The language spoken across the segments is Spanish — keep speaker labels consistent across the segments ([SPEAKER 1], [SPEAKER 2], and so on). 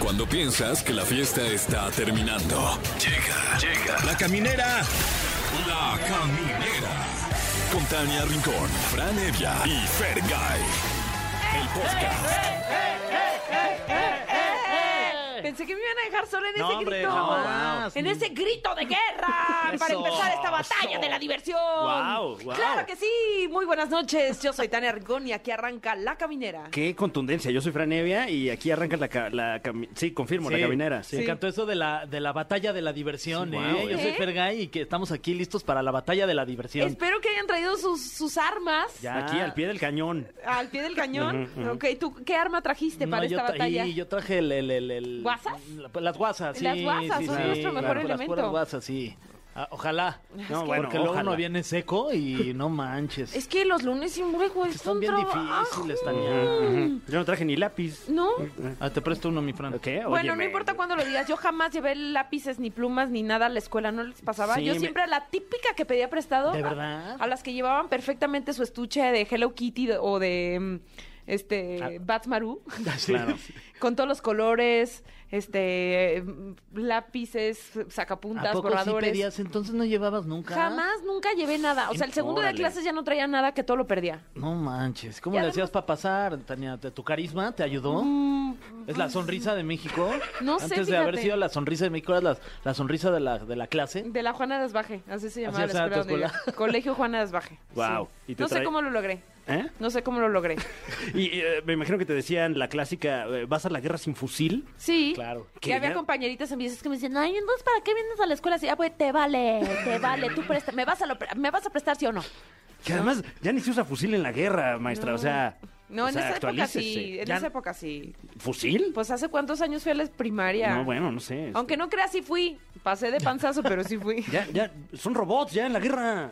[SPEAKER 1] Cuando piensas que la fiesta está terminando. Llega, llega. La caminera. La caminera. Con Tania Rincón, Fran Evia y Fergay. El podcast.
[SPEAKER 2] Eh, Pensé que me iban a dejar sola en
[SPEAKER 3] No,
[SPEAKER 2] ese
[SPEAKER 3] hombre,
[SPEAKER 2] grito.
[SPEAKER 3] jamás.
[SPEAKER 2] En ese grito de guerra para
[SPEAKER 3] Eso,
[SPEAKER 2] empezar esta batalla
[SPEAKER 3] eso.
[SPEAKER 2] de la diversión.
[SPEAKER 3] Guau, guau.
[SPEAKER 2] Claro que sí. Muy buenas noches. Yo soy Tania Argón y aquí arranca La Caminera.
[SPEAKER 4] Qué contundencia. Yo soy Franevia y aquí arranca la, ca- la cami- sí, confirmo, la caminera. Sí.
[SPEAKER 3] Me encantó eso de la, de la batalla de la diversión,
[SPEAKER 4] Sí,
[SPEAKER 3] ¿eh?
[SPEAKER 4] guau,
[SPEAKER 3] Yo
[SPEAKER 2] ¿eh?
[SPEAKER 3] soy Fergay y que estamos aquí listos para la batalla de la diversión.
[SPEAKER 2] Espero que hayan traído sus, sus armas
[SPEAKER 3] Ya.
[SPEAKER 4] Aquí al pie del cañón.
[SPEAKER 2] al pie del cañón. Ok, ¿tú qué arma trajiste
[SPEAKER 3] No,
[SPEAKER 2] para
[SPEAKER 3] yo
[SPEAKER 2] esta
[SPEAKER 3] tra-
[SPEAKER 2] batalla?
[SPEAKER 3] Y yo traje el... el, el, el-
[SPEAKER 2] ¿Guasas?
[SPEAKER 3] la- las guasas, sí.
[SPEAKER 2] Las guasas
[SPEAKER 3] sí,
[SPEAKER 2] son
[SPEAKER 3] sí,
[SPEAKER 2] nuestro mejor
[SPEAKER 3] claro, Las
[SPEAKER 2] elemento.
[SPEAKER 3] puras guasas, sí. Ah, ojalá.
[SPEAKER 2] Es
[SPEAKER 4] No,
[SPEAKER 2] que-
[SPEAKER 4] bueno,
[SPEAKER 3] Porque luego
[SPEAKER 4] ojalá.
[SPEAKER 3] uno viene seco y no manches.
[SPEAKER 2] Es que los lunes sin juego es un
[SPEAKER 3] Están
[SPEAKER 2] ¡Ah!
[SPEAKER 3] bien
[SPEAKER 2] trabajo.
[SPEAKER 3] difíciles, Tania.
[SPEAKER 4] Ujú. Yo no traje ni lápiz.
[SPEAKER 2] No.
[SPEAKER 3] Ah, te presto uno, mi Fran.
[SPEAKER 4] ¿Qué?
[SPEAKER 2] Bueno, no
[SPEAKER 4] Óyeme.
[SPEAKER 2] importa cuándo lo digas, yo jamás llevé lápices ni plumas ni nada a la escuela, no les pasaba.
[SPEAKER 4] Sí,
[SPEAKER 2] yo
[SPEAKER 4] me-
[SPEAKER 2] siempre a la típica que pedía prestado,
[SPEAKER 3] ¿De
[SPEAKER 2] a-
[SPEAKER 3] verdad?
[SPEAKER 2] A, las que llevaban perfectamente su estuche de Hello Kitty de- o de mm, este Bats Maru,
[SPEAKER 4] Claro.
[SPEAKER 2] con todos los colores, este mm, lápices,
[SPEAKER 3] ¿A
[SPEAKER 2] sacapuntas,
[SPEAKER 3] poco sí
[SPEAKER 2] borradores.
[SPEAKER 3] pedías? Entonces no llevabas nunca.
[SPEAKER 2] Jamás, nunca llevé nada. O sea, el segundo de
[SPEAKER 4] Órale.
[SPEAKER 2] clases ya no traía nada que todo lo perdía.
[SPEAKER 3] No manches.
[SPEAKER 2] Y
[SPEAKER 3] ¿Cómo le
[SPEAKER 2] además-
[SPEAKER 3] hacías para pasar, Tania? ¿Te- ¿Tu carisma te ayudó?
[SPEAKER 2] Mm,
[SPEAKER 3] ¿Es la sonrisa de México?
[SPEAKER 2] No sé,
[SPEAKER 3] Antes de haber
[SPEAKER 2] fíjate.
[SPEAKER 3] sido la sonrisa de México, era la, la sonrisa de la, de la clase.
[SPEAKER 2] de la Juana de Asbaje, así se llamaba
[SPEAKER 3] Así
[SPEAKER 2] la
[SPEAKER 3] era tu
[SPEAKER 2] escuela. donde
[SPEAKER 3] escuela.
[SPEAKER 2] iba. Colegio Juana de Asbaje.
[SPEAKER 4] Guau.
[SPEAKER 2] sí.
[SPEAKER 4] ¿Y te
[SPEAKER 2] No sé
[SPEAKER 4] trae-
[SPEAKER 2] cómo lo logré.
[SPEAKER 4] ¿Eh?
[SPEAKER 2] No sé cómo lo logré.
[SPEAKER 4] Y eh, me imagino que te decían la clásica, eh, ¿vas a la guerra sin fusil?
[SPEAKER 2] Sí.
[SPEAKER 3] Claro.
[SPEAKER 2] Que
[SPEAKER 4] Que
[SPEAKER 2] había
[SPEAKER 4] ya-
[SPEAKER 2] compañeritas en bicis que me decían, ay, entonces, ¿para qué vienes a la escuela? Así, ah, pues, te vale, te vale, tú presta, ¿me vas a, lo pre- ¿me vas a prestar sí o no?
[SPEAKER 4] Que además ya ni se usa fusil en la guerra, maestra. O sea,
[SPEAKER 2] No,
[SPEAKER 4] o
[SPEAKER 2] en
[SPEAKER 4] sea,
[SPEAKER 2] esa época
[SPEAKER 4] actualícese.
[SPEAKER 2] sí, en
[SPEAKER 4] Ya-
[SPEAKER 2] esa época sí.
[SPEAKER 4] ¿Fusil?
[SPEAKER 2] Pues, ¿hace cuántos años fui a la primaria?
[SPEAKER 4] No, bueno, no
[SPEAKER 3] este.
[SPEAKER 4] sé.
[SPEAKER 2] Aunque no creas, sí fui. Pasé de panzazo, pero sí fui.
[SPEAKER 4] Ya, ya, son robots ya en la guerra.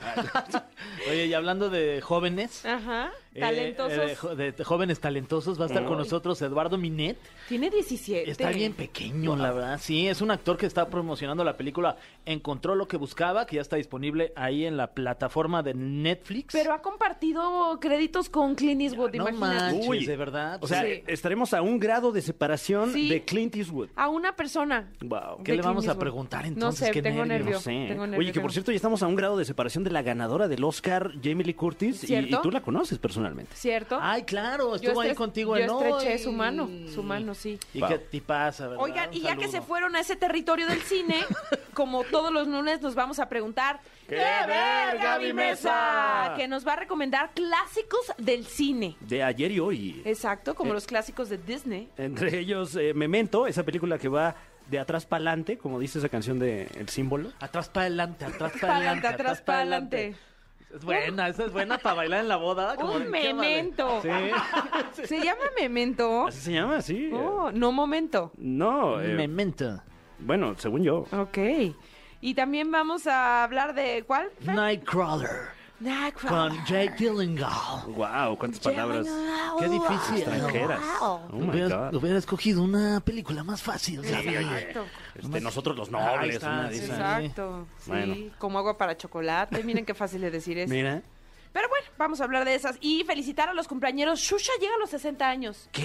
[SPEAKER 3] Oye, y hablando de jóvenes.
[SPEAKER 2] Ajá,
[SPEAKER 3] eh,
[SPEAKER 2] Ah, talentosos.
[SPEAKER 3] eh, de jo- de, jóvenes talentosos, va a estar con nosotros Eduardo Minet.
[SPEAKER 2] Tiene 17.
[SPEAKER 3] Está bien pequeño, la verdad. Sí, es un actor que está promocionando la película Encontró lo que buscaba, que ya está disponible ahí en la plataforma de Netflix.
[SPEAKER 2] Pero ha compartido créditos con Clint Eastwood,
[SPEAKER 3] no
[SPEAKER 2] imagínate.
[SPEAKER 3] manches, de verdad.
[SPEAKER 4] O sea,
[SPEAKER 2] Sí.
[SPEAKER 4] estaremos a un grado de separación
[SPEAKER 2] Sí.
[SPEAKER 4] de Clint Eastwood.
[SPEAKER 2] A una persona.
[SPEAKER 4] Wow.
[SPEAKER 3] ¿Qué
[SPEAKER 2] de
[SPEAKER 3] le vamos
[SPEAKER 2] Clint
[SPEAKER 3] a
[SPEAKER 2] Eastwood.
[SPEAKER 3] preguntar
[SPEAKER 2] No
[SPEAKER 3] entonces?
[SPEAKER 2] sé,
[SPEAKER 3] Qué
[SPEAKER 2] tengo
[SPEAKER 3] nervio.
[SPEAKER 2] nervio.
[SPEAKER 4] No sé. ¿eh?
[SPEAKER 2] tengo nervio,
[SPEAKER 4] Oye, que
[SPEAKER 2] tengo-
[SPEAKER 4] por cierto, ya estamos a un grado de separación de la ganadora del Oscar, Jamie Lee Curtis, y,
[SPEAKER 2] ¿Cierto?
[SPEAKER 4] y tú la conoces personalmente.
[SPEAKER 2] ¿Cierto?
[SPEAKER 3] Ay, claro,
[SPEAKER 2] Yo
[SPEAKER 3] estuvo Ah, pues ahí
[SPEAKER 2] estres-
[SPEAKER 3] contigo
[SPEAKER 2] yo
[SPEAKER 3] en
[SPEAKER 2] estreché
[SPEAKER 3] hoy.
[SPEAKER 2] su mano, su mano, sí.
[SPEAKER 3] ¿Y
[SPEAKER 4] Wow.
[SPEAKER 3] qué te pasa, verdad?
[SPEAKER 2] Oigan,
[SPEAKER 3] Un
[SPEAKER 2] y ya que se
[SPEAKER 3] Pues saludo.
[SPEAKER 2] fueron a ese territorio del cine, como todos los lunes nos vamos a preguntar
[SPEAKER 4] ¡Qué ver, Gaby Mesa!
[SPEAKER 2] Que nos va a recomendar clásicos del cine.
[SPEAKER 4] De ayer y hoy.
[SPEAKER 2] Exacto, como
[SPEAKER 4] Eh.
[SPEAKER 2] los clásicos de Disney.
[SPEAKER 4] Entre ellos, eh, Memento, esa película que va de atrás para adelante, como dice esa canción de El Símbolo.
[SPEAKER 3] Atrás para adelante, atrás para
[SPEAKER 2] Pa'lante,
[SPEAKER 3] adelante.
[SPEAKER 2] atrás
[SPEAKER 3] pa'
[SPEAKER 2] para adelante.
[SPEAKER 3] Es buena, esa es buena para bailar en la boda. como de,
[SPEAKER 2] Un
[SPEAKER 3] ¿qué vale?
[SPEAKER 2] memento. ¿Se llama memento?
[SPEAKER 4] ¿Así se llama? Sí.
[SPEAKER 2] Oh, no momento.
[SPEAKER 4] No, eh,
[SPEAKER 3] Memento.
[SPEAKER 4] bueno, según yo.
[SPEAKER 2] Ok. Y también vamos a hablar de cuál?
[SPEAKER 3] Nightcrawler
[SPEAKER 2] Nightcrawler.
[SPEAKER 3] con Jake Gyllenhaal.
[SPEAKER 4] Wow, cuántas palabras
[SPEAKER 3] Qué difícil.
[SPEAKER 4] extranjeras. Oh my
[SPEAKER 3] Hubiera,
[SPEAKER 4] God.
[SPEAKER 3] hubiera escogido una película más fácil, ¿sabes?
[SPEAKER 2] Exacto.
[SPEAKER 4] Este, nosotros los
[SPEAKER 3] Ahí
[SPEAKER 4] nobles,
[SPEAKER 3] está,
[SPEAKER 4] una de
[SPEAKER 3] sí,
[SPEAKER 4] esas.
[SPEAKER 2] Exacto. Sí,
[SPEAKER 4] Bueno.
[SPEAKER 2] como agua para chocolate. Miren qué fácil de decir es.
[SPEAKER 4] Mira.
[SPEAKER 2] Pero bueno, vamos a hablar de esas. Y felicitar a los cumpleañeros. Shusha llega a los 60 años.
[SPEAKER 4] ¿Qué?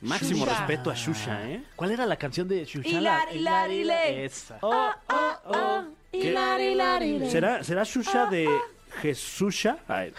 [SPEAKER 4] Máximo
[SPEAKER 2] Shusha.
[SPEAKER 4] respeto a Shusha, ¿eh?
[SPEAKER 3] ¿Cuál era la canción de Shushala?
[SPEAKER 2] Hilari, hilari, le.
[SPEAKER 3] Esa.
[SPEAKER 4] Oh,
[SPEAKER 2] Ah, ah,
[SPEAKER 4] ¿Qué?
[SPEAKER 2] hilari, hilari, hilari.
[SPEAKER 4] ¿Será, será Shusha
[SPEAKER 2] Ah,
[SPEAKER 4] de Jesusha? Ay,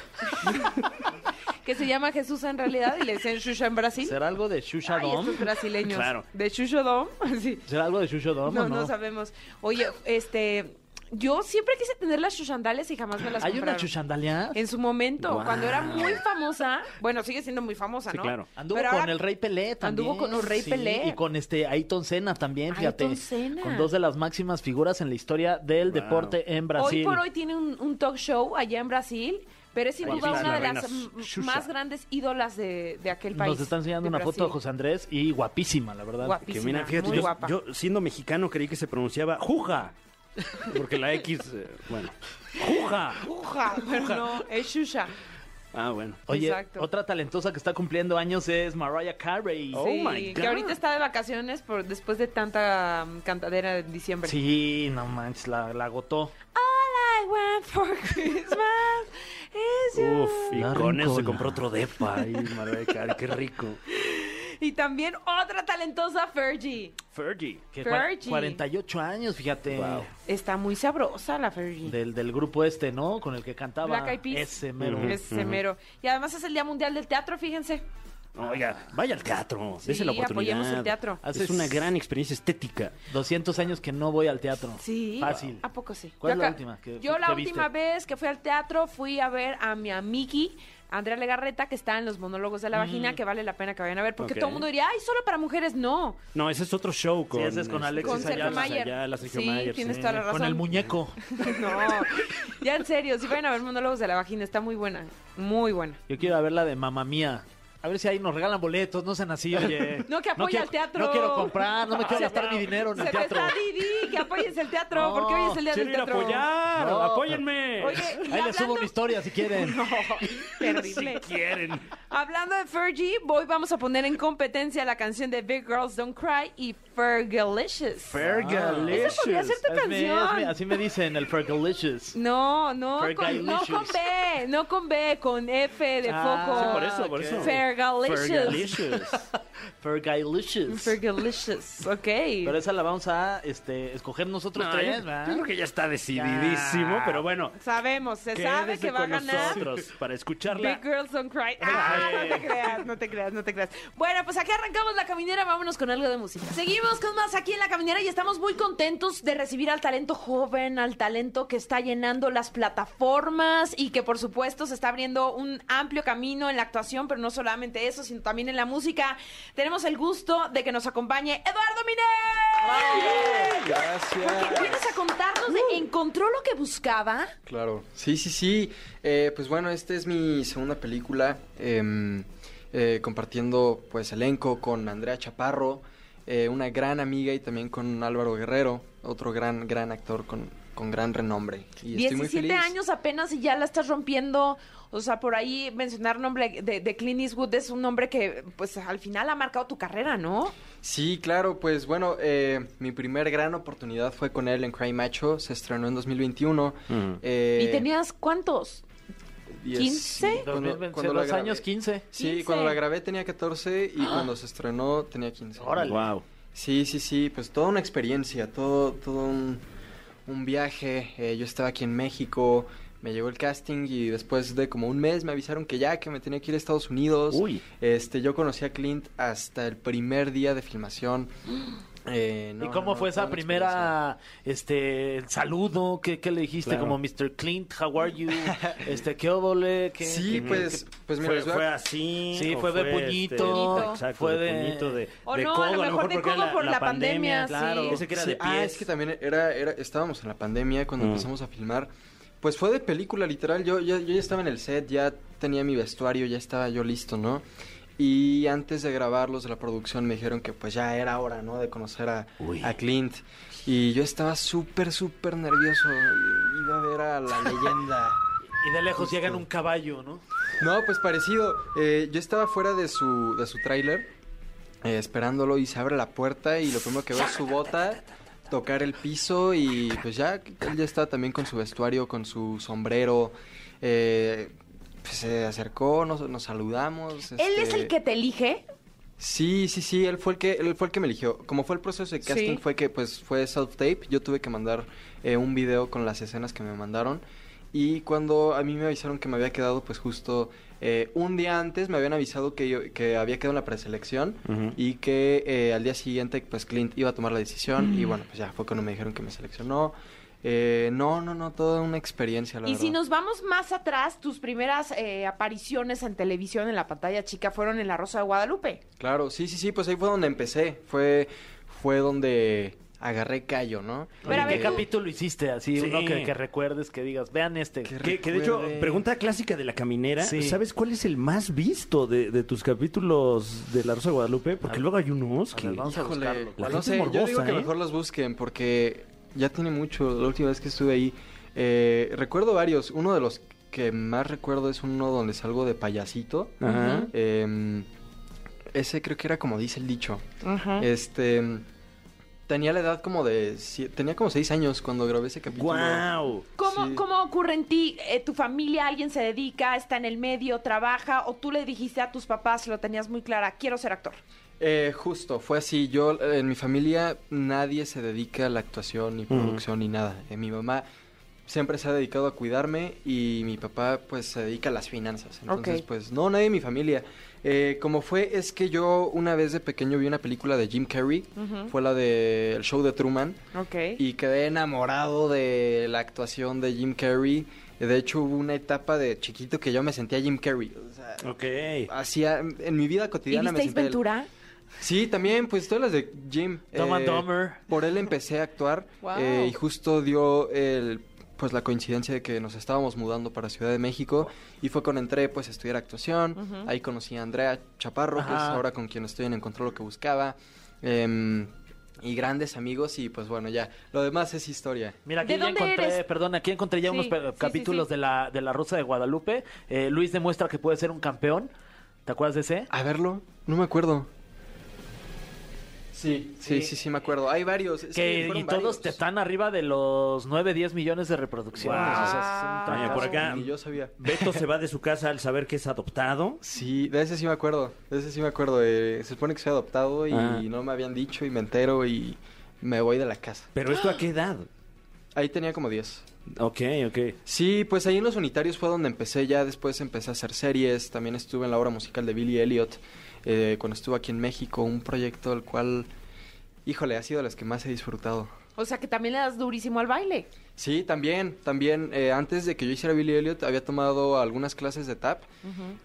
[SPEAKER 2] Que se llama Jesús en realidad y le dicen Shusha en Brasil.
[SPEAKER 3] ¿Será algo de Shusha
[SPEAKER 2] Ay,
[SPEAKER 3] Dom?
[SPEAKER 2] estos brasileños.
[SPEAKER 4] Claro.
[SPEAKER 2] De Shushodom. Sí.
[SPEAKER 3] ¿Será algo de Shusha Dom
[SPEAKER 2] No,
[SPEAKER 3] o
[SPEAKER 2] no sabemos. Oye, este. Yo siempre quise tener las Shushandales y jamás me las
[SPEAKER 3] ¿Hay una
[SPEAKER 2] compraron.
[SPEAKER 3] Shushandalia?
[SPEAKER 2] En su momento,
[SPEAKER 4] Guau.
[SPEAKER 2] cuando era muy famosa, bueno, sigue siendo muy famosa,
[SPEAKER 4] Sí,
[SPEAKER 2] ¿no?
[SPEAKER 4] claro.
[SPEAKER 3] Anduvo
[SPEAKER 2] Pero
[SPEAKER 3] con
[SPEAKER 2] ahora-
[SPEAKER 3] el Rey Pelé también.
[SPEAKER 2] Anduvo con el Rey Pelé.
[SPEAKER 3] Y con este Ayrton Senna también, fíjate.
[SPEAKER 2] Ayrton Senna.
[SPEAKER 3] Con dos de las máximas figuras en la historia del
[SPEAKER 4] Wow.
[SPEAKER 3] deporte en Brasil.
[SPEAKER 2] Hoy por hoy tiene un, un talk show allá en Brasil, pero es sin
[SPEAKER 4] Ahí
[SPEAKER 2] duda
[SPEAKER 4] está
[SPEAKER 2] una
[SPEAKER 4] la
[SPEAKER 2] de las
[SPEAKER 4] reina
[SPEAKER 2] m-
[SPEAKER 4] Xuxa.
[SPEAKER 2] más grandes ídolas de, de aquel país.
[SPEAKER 3] Nos está enseñando
[SPEAKER 2] de
[SPEAKER 3] una foto de
[SPEAKER 2] Brasil.
[SPEAKER 3] José Andrés y guapísima, la verdad.
[SPEAKER 4] que
[SPEAKER 2] Guapísima,
[SPEAKER 4] mira, fíjate,
[SPEAKER 2] muy
[SPEAKER 4] yo,
[SPEAKER 2] guapa.
[SPEAKER 4] yo siendo mexicano creí que se pronunciaba Juja. Porque la X, eh, bueno. ¡Juja!
[SPEAKER 2] Uja, pero no, es Xuxa.
[SPEAKER 4] Ah, bueno.
[SPEAKER 3] Oye,
[SPEAKER 2] Exacto.
[SPEAKER 3] otra talentosa que está cumpliendo años es Mariah Carey.
[SPEAKER 4] Oh
[SPEAKER 2] Sí,
[SPEAKER 4] my
[SPEAKER 2] Que
[SPEAKER 4] God.
[SPEAKER 2] ahorita está de vacaciones por, después de tanta mm, cantadera en diciembre.
[SPEAKER 3] Sí, no manches, la, la agotó.
[SPEAKER 2] All I want for Christmas is you.
[SPEAKER 4] Uf, y
[SPEAKER 3] La
[SPEAKER 4] con eso se
[SPEAKER 3] rincola.
[SPEAKER 4] compró otro depa. Ay, Mariah Carey, qué rico.
[SPEAKER 2] Y también otra talentosa, Fergie.
[SPEAKER 4] Fergie.
[SPEAKER 3] Que cua-
[SPEAKER 2] Fergie.
[SPEAKER 3] 48 años, fíjate.
[SPEAKER 4] Wow.
[SPEAKER 2] Está muy sabrosa la Fergie.
[SPEAKER 3] Del, del grupo este, ¿no? Con el que cantaba.
[SPEAKER 2] Black Eyed Peas.
[SPEAKER 3] Ese mero.
[SPEAKER 2] Es semero. Y además es el Día Mundial del Teatro, fíjense.
[SPEAKER 4] Oiga, vaya al teatro.
[SPEAKER 2] Sí,
[SPEAKER 4] Dese la oportunidad.
[SPEAKER 2] apoyemos el teatro.
[SPEAKER 3] Haces-
[SPEAKER 4] Es una gran experiencia estética.
[SPEAKER 3] 200 años que no voy al teatro.
[SPEAKER 2] Sí. Ah,
[SPEAKER 3] Fácil.
[SPEAKER 2] ¿A poco sí?
[SPEAKER 3] ¿Cuál
[SPEAKER 2] Yo
[SPEAKER 3] es la
[SPEAKER 2] acá-
[SPEAKER 3] última que-
[SPEAKER 2] yo la
[SPEAKER 3] que
[SPEAKER 2] última
[SPEAKER 3] viste?
[SPEAKER 2] vez que fui al teatro fui a ver a mi amigui, Andrea Legarreta, que está en los monólogos de la
[SPEAKER 3] Mm.
[SPEAKER 2] vagina, que vale la pena que vayan a ver, porque
[SPEAKER 4] Ok.
[SPEAKER 2] todo el mundo diría, ay, solo para mujeres, no.
[SPEAKER 4] No, ese es otro show con,
[SPEAKER 3] ese es con
[SPEAKER 4] este,
[SPEAKER 3] Alexis
[SPEAKER 2] Con Sergio
[SPEAKER 3] Ayala.
[SPEAKER 2] Mayer.
[SPEAKER 4] Ayala, Sergio
[SPEAKER 2] Sí,
[SPEAKER 4] Mayer,
[SPEAKER 2] tienes
[SPEAKER 4] sí.
[SPEAKER 2] toda la razón.
[SPEAKER 3] Con el muñeco.
[SPEAKER 2] no, ya en serio, si vayan a ver monólogos de la vagina, está muy buena, muy buena.
[SPEAKER 3] Yo quiero ir a ver la de Mamá Mía. A ver si ahí nos regalan boletos, no sean así, oye.
[SPEAKER 2] No, que apoye
[SPEAKER 3] quiero-
[SPEAKER 2] al teatro.
[SPEAKER 3] No quiero comprar, no me quiero gastar mi dinero en
[SPEAKER 2] Se
[SPEAKER 3] el
[SPEAKER 2] te
[SPEAKER 3] teatro.
[SPEAKER 2] está Didi, que apoyes el teatro,
[SPEAKER 3] No,
[SPEAKER 2] porque hoy es el Día
[SPEAKER 4] Quiero
[SPEAKER 2] del
[SPEAKER 4] ir a
[SPEAKER 2] Teatro.
[SPEAKER 4] apoyar.
[SPEAKER 3] No.
[SPEAKER 4] Apóyenme.
[SPEAKER 2] Oye, y
[SPEAKER 3] Ahí les subo
[SPEAKER 2] hablando-
[SPEAKER 3] mi historia si quieren.
[SPEAKER 2] No, terrible.
[SPEAKER 4] Quieren.
[SPEAKER 2] Hablando de Fergie, hoy vamos a poner en competencia la canción de Big Girls Don't Cry y Fergalicious.
[SPEAKER 4] Ah,
[SPEAKER 3] Ah.
[SPEAKER 4] Fergalicious.
[SPEAKER 2] Eso podría ser tu
[SPEAKER 3] Es mi- es mi-
[SPEAKER 2] canción.
[SPEAKER 3] así me dicen el Fergalicious.
[SPEAKER 2] No, no con, no
[SPEAKER 3] Fergalicious.
[SPEAKER 2] con B, no con B, con F de
[SPEAKER 3] Ah,
[SPEAKER 2] foco.
[SPEAKER 4] Sí, por eso, por
[SPEAKER 3] ok.
[SPEAKER 4] eso.
[SPEAKER 2] Fergalicious.
[SPEAKER 4] Fergalicious.
[SPEAKER 3] Fergalicious.
[SPEAKER 2] Fergalicious, ok.
[SPEAKER 3] Pero esa la vamos a este, escoger nosotros
[SPEAKER 4] No,
[SPEAKER 3] tres,
[SPEAKER 4] yo,
[SPEAKER 3] ¿verdad?
[SPEAKER 4] yo creo que ya está decididísimo,
[SPEAKER 3] Ya.
[SPEAKER 4] pero bueno.
[SPEAKER 2] Sabemos, se sabe
[SPEAKER 4] quédese
[SPEAKER 2] que va a
[SPEAKER 4] con
[SPEAKER 2] ganar.
[SPEAKER 4] nosotros para
[SPEAKER 2] Big
[SPEAKER 4] escucharla.
[SPEAKER 2] Girls Don't Cry. Ah, no te creas, no te creas, no te creas. Bueno, pues aquí arrancamos la caminera, vámonos con algo de música. Seguimos con más aquí en la caminera y estamos muy contentos de recibir al talento joven, al talento que está llenando las plataformas y que por supuesto se está abriendo un amplio camino en la actuación, pero no solamente eso, sino también en la música. Tenemos el gusto de que nos acompañe Eduardo Miné. Porque vienes a contarnos de encontró lo que buscaba.
[SPEAKER 5] Claro. Sí, sí, sí. Eh, pues bueno, esta es mi segunda película, em, eh, compartiendo pues elenco con Andrea Chaparro, eh, una gran amiga, y también con Álvaro Guerrero, otro gran, gran actor con, con gran renombre. Y estoy
[SPEAKER 2] 17
[SPEAKER 5] muy feliz.
[SPEAKER 2] años apenas y ya la estás rompiendo. O sea, por ahí mencionar nombre de, de Clint Eastwood es un nombre que, pues, al final ha marcado tu carrera, ¿no?
[SPEAKER 5] Sí, claro, pues bueno, eh, mi primer gran oportunidad fue con él en Cry Macho, se estrenó en 2021.
[SPEAKER 4] Ujú.
[SPEAKER 5] eh,
[SPEAKER 2] ¿Y tenías cuántos?
[SPEAKER 5] diez-
[SPEAKER 2] 15?
[SPEAKER 5] cuando-
[SPEAKER 3] 2022,
[SPEAKER 5] cuando la
[SPEAKER 3] los
[SPEAKER 5] grabé.
[SPEAKER 3] años 15.
[SPEAKER 5] Sí,
[SPEAKER 2] 15.
[SPEAKER 5] cuando la grabé tenía 14 y cuando se estrenó tenía 15.
[SPEAKER 3] Órale.
[SPEAKER 4] Wow.
[SPEAKER 5] Sí, sí, sí, pues toda una experiencia, todo, todo un, un viaje. Eh, yo estaba aquí en México, me llegó el casting y después de como un mes me avisaron que ya, que me tenía que ir a Estados Unidos.
[SPEAKER 4] Uy.
[SPEAKER 5] Este, yo conocí a Clint hasta el primer día de filmación. Eh, no,
[SPEAKER 3] ¿Y cómo
[SPEAKER 5] no,
[SPEAKER 3] fue
[SPEAKER 5] toda
[SPEAKER 3] esa
[SPEAKER 5] una experiencia.
[SPEAKER 3] primera, este, el saludo? ¿Qué, qué le dijiste?
[SPEAKER 4] Claro.
[SPEAKER 3] Como Mr. Clint, how are you? Este, ¿qué óvole? ¿Qué-
[SPEAKER 5] Sí,
[SPEAKER 3] qué-
[SPEAKER 5] pues, pues mira,
[SPEAKER 4] fue,
[SPEAKER 5] les voy a-
[SPEAKER 4] fue así.
[SPEAKER 3] Sí,
[SPEAKER 4] o
[SPEAKER 3] fue de puñito,
[SPEAKER 4] este, exacto,
[SPEAKER 3] fue
[SPEAKER 4] de
[SPEAKER 3] de-
[SPEAKER 4] puñito, de,
[SPEAKER 2] O
[SPEAKER 4] de
[SPEAKER 2] no,
[SPEAKER 4] codo,
[SPEAKER 2] a lo mejor de
[SPEAKER 4] porque era
[SPEAKER 2] codo por la, pandemia,
[SPEAKER 3] claro.
[SPEAKER 2] sí.
[SPEAKER 4] Ese que era
[SPEAKER 5] Sí,
[SPEAKER 4] de pies.
[SPEAKER 5] Ah, es que también era, era- estábamos en la pandemia cuando
[SPEAKER 4] Mm.
[SPEAKER 5] empezamos a filmar. Pues fue de película, literal. Yo, ya- yo ya estaba en el set, ya tenía mi vestuario, ya estaba yo listo, ¿no? Y antes de grabarlos de la producción me dijeron que pues ya era hora, ¿no? De conocer a,
[SPEAKER 4] Uy.
[SPEAKER 5] a Clint. Y yo estaba súper, súper nervioso. Iba a ver a la leyenda.
[SPEAKER 3] Y de lejos llegan un caballo, ¿no?
[SPEAKER 5] No, pues parecido. Eh, yo estaba fuera de su, de su tráiler, eh, esperándolo y se abre la puerta y lo primero que veo es su bota, tocar el piso y pues ya, él ya está también con su vestuario, con su sombrero. eh, pues se acercó, nos, nos saludamos.
[SPEAKER 2] Él es
[SPEAKER 5] este,
[SPEAKER 2] el que te elige.
[SPEAKER 5] Sí, sí, sí, él fue el que, él fue el que me eligió. Como fue el proceso de casting,
[SPEAKER 2] Sí.
[SPEAKER 5] fue que pues fue self-tape, yo tuve que mandar eh, un video con las escenas que me mandaron. Y cuando a mí me avisaron que me había quedado, pues justo eh, un día antes me habían avisado que, yo- que había quedado en la preselección
[SPEAKER 4] Ujú.
[SPEAKER 5] y que eh, al día siguiente, pues Clint iba a tomar la decisión.
[SPEAKER 2] Mm.
[SPEAKER 5] Y bueno, pues ya fue cuando me dijeron que me seleccionó. Eh, no, no, no, toda una experiencia, la
[SPEAKER 2] y
[SPEAKER 5] verdad.
[SPEAKER 2] si nos vamos más atrás, tus primeras eh, apariciones en televisión en la pantalla chica fueron en La Rosa de Guadalupe.
[SPEAKER 5] Claro, sí, sí, sí, pues ahí fue donde empecé. Fue, fue donde agarré callo, ¿no?
[SPEAKER 2] Pero a
[SPEAKER 3] Oye, ¿Qué
[SPEAKER 2] ver, tú-
[SPEAKER 3] capítulo hiciste? Así,
[SPEAKER 4] Sí.
[SPEAKER 3] uno que, que recuerdes, que digas, vean este.
[SPEAKER 5] Qué
[SPEAKER 4] Que, que de hecho,
[SPEAKER 5] Recuerde.
[SPEAKER 4] pregunta clásica de la caminera.
[SPEAKER 3] Sí.
[SPEAKER 4] ¿Sabes cuál es el más visto de, de tus capítulos de La Rosa de Guadalupe? Porque luego hay unos
[SPEAKER 3] A
[SPEAKER 4] que...
[SPEAKER 3] ver, vamos a
[SPEAKER 5] Híjole,
[SPEAKER 3] buscarlo.
[SPEAKER 4] La
[SPEAKER 5] no
[SPEAKER 4] gente
[SPEAKER 5] sé, yo digo
[SPEAKER 4] morbosa,
[SPEAKER 5] que
[SPEAKER 4] ¿eh?
[SPEAKER 5] mejor los busquen porque ya tiene mucho. La última vez que estuve ahí, eh, recuerdo varios. Uno de los que más recuerdo es uno donde salgo de payasito.
[SPEAKER 4] Ajá.
[SPEAKER 5] Eh, ese creo que era como dice el dicho.
[SPEAKER 3] Ah.
[SPEAKER 2] Ajá.
[SPEAKER 5] Este. Tenía la edad como de. sie- Tenía como seis años cuando grabé ese capítulo.
[SPEAKER 4] ¡Guau!
[SPEAKER 2] ¿Cómo,
[SPEAKER 5] Sí.
[SPEAKER 2] ¿Cómo ocurre en ti? Eh, ¿Tu familia, alguien se dedica, está en el medio, trabaja? ¿O tú le dijiste a tus papás, lo tenías muy clara, quiero ser actor?
[SPEAKER 5] Eh, justo, fue así. Yo, eh, en mi familia, nadie se dedica a la actuación,
[SPEAKER 2] Mm.
[SPEAKER 5] ni producción, ni nada. Eh, mi mamá siempre se ha dedicado a cuidarme y mi papá, pues, se dedica a las finanzas. Entonces,
[SPEAKER 2] Ok.
[SPEAKER 5] pues, no, nadie de mi familia. Eh, como fue, es que yo una vez de pequeño vi una película de Jim Carrey.
[SPEAKER 2] Ujú.
[SPEAKER 5] Fue la de El Show de Truman.
[SPEAKER 2] Ok.
[SPEAKER 5] Y quedé enamorado de la actuación de Jim Carrey. De hecho, hubo una etapa de chiquito que yo me sentía Jim Carrey. O sea,
[SPEAKER 4] Ok.
[SPEAKER 5] Ah. hacía en mi vida
[SPEAKER 2] ¿Y
[SPEAKER 5] cotidiana me
[SPEAKER 2] visteis
[SPEAKER 5] sentía él.
[SPEAKER 2] Ventura?
[SPEAKER 5] Sí, también, pues todas las de Jim. eh,
[SPEAKER 3] Tom and Dumber.
[SPEAKER 5] Por él empecé a actuar
[SPEAKER 2] Wow.
[SPEAKER 5] eh, y justo dio el, pues la coincidencia de que nos estábamos mudando para Ciudad de México y fue cuando entré pues a estudiar actuación. Ahí conocí a Andrea Chaparro, que es
[SPEAKER 3] Ajá.
[SPEAKER 5] ahora con quien estoy en Encontró lo que buscaba. em, y grandes amigos y pues bueno, ya. Lo demás es historia.
[SPEAKER 3] Mira, aquí
[SPEAKER 2] ¿De
[SPEAKER 3] ya
[SPEAKER 2] dónde
[SPEAKER 3] encontré,
[SPEAKER 2] eres?
[SPEAKER 3] perdón, aquí encontré ya
[SPEAKER 2] Sí,
[SPEAKER 3] unos pe-
[SPEAKER 2] sí, sí,
[SPEAKER 3] capítulos
[SPEAKER 2] sí.
[SPEAKER 3] De, la, de La Rosa de Guadalupe. Eh, Luis demuestra que puede ser un campeón. ¿Te acuerdas de ese?
[SPEAKER 5] A verlo, no me acuerdo. Sí,
[SPEAKER 3] Sí.
[SPEAKER 5] sí, sí, sí me acuerdo. Hay varios. es
[SPEAKER 3] que,
[SPEAKER 5] fueron
[SPEAKER 3] y todos
[SPEAKER 5] varios.
[SPEAKER 3] te están arriba de los 9, 10 millones de reproducciones.
[SPEAKER 4] Wow.
[SPEAKER 3] O sea, es un
[SPEAKER 4] Vaya, por
[SPEAKER 3] trancazo.
[SPEAKER 4] acá.
[SPEAKER 5] Ni yo sabía.
[SPEAKER 4] Beto se va de su casa al saber que es adoptado.
[SPEAKER 5] Sí, de ese sí me acuerdo, de ese sí me acuerdo. eh, se supone que soy adoptado y
[SPEAKER 4] Ah.
[SPEAKER 5] no me habían dicho y me entero y me voy de la casa.
[SPEAKER 4] Pero esto a qué edad?
[SPEAKER 5] Ahí tenía como 10.
[SPEAKER 4] Ok, ok.
[SPEAKER 5] Sí, pues ahí en los unitarios fue donde empecé ya, después empecé a hacer series, también estuve en la obra musical de Billy Elliot, eh, cuando estuve aquí en México, un proyecto al cual, híjole, ha sido de las que más he disfrutado.
[SPEAKER 2] O sea, que también le das durísimo al baile.
[SPEAKER 5] Sí, también, también. eh, antes de que yo hiciera Billy Elliot, había tomado algunas clases de tap.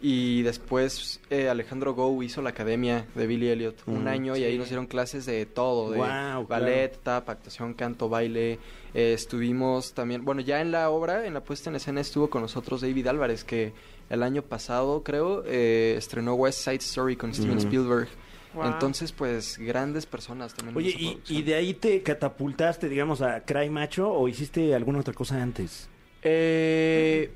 [SPEAKER 5] Y después eh, Alejandro Go hizo la academia de Billy Elliot un
[SPEAKER 4] Mm,
[SPEAKER 5] año y ahí nos dieron clases de todo: de
[SPEAKER 4] Guau, claro.
[SPEAKER 5] ballet, tap, actuación, canto, baile. Eh, estuvimos también, bueno, ya en la obra, en la puesta en escena, estuvo con nosotros David Álvarez, que el año pasado, creo, eh, estrenó West Side Story con Steven
[SPEAKER 4] Ujú.
[SPEAKER 5] Spielberg.
[SPEAKER 2] Guau.
[SPEAKER 5] Entonces, pues, grandes personas también. en
[SPEAKER 4] Oye,
[SPEAKER 5] esa
[SPEAKER 4] y,
[SPEAKER 5] producción.
[SPEAKER 4] ¿y de ahí te catapultaste, digamos, a Cry Macho o hiciste alguna otra cosa antes?
[SPEAKER 5] Eh,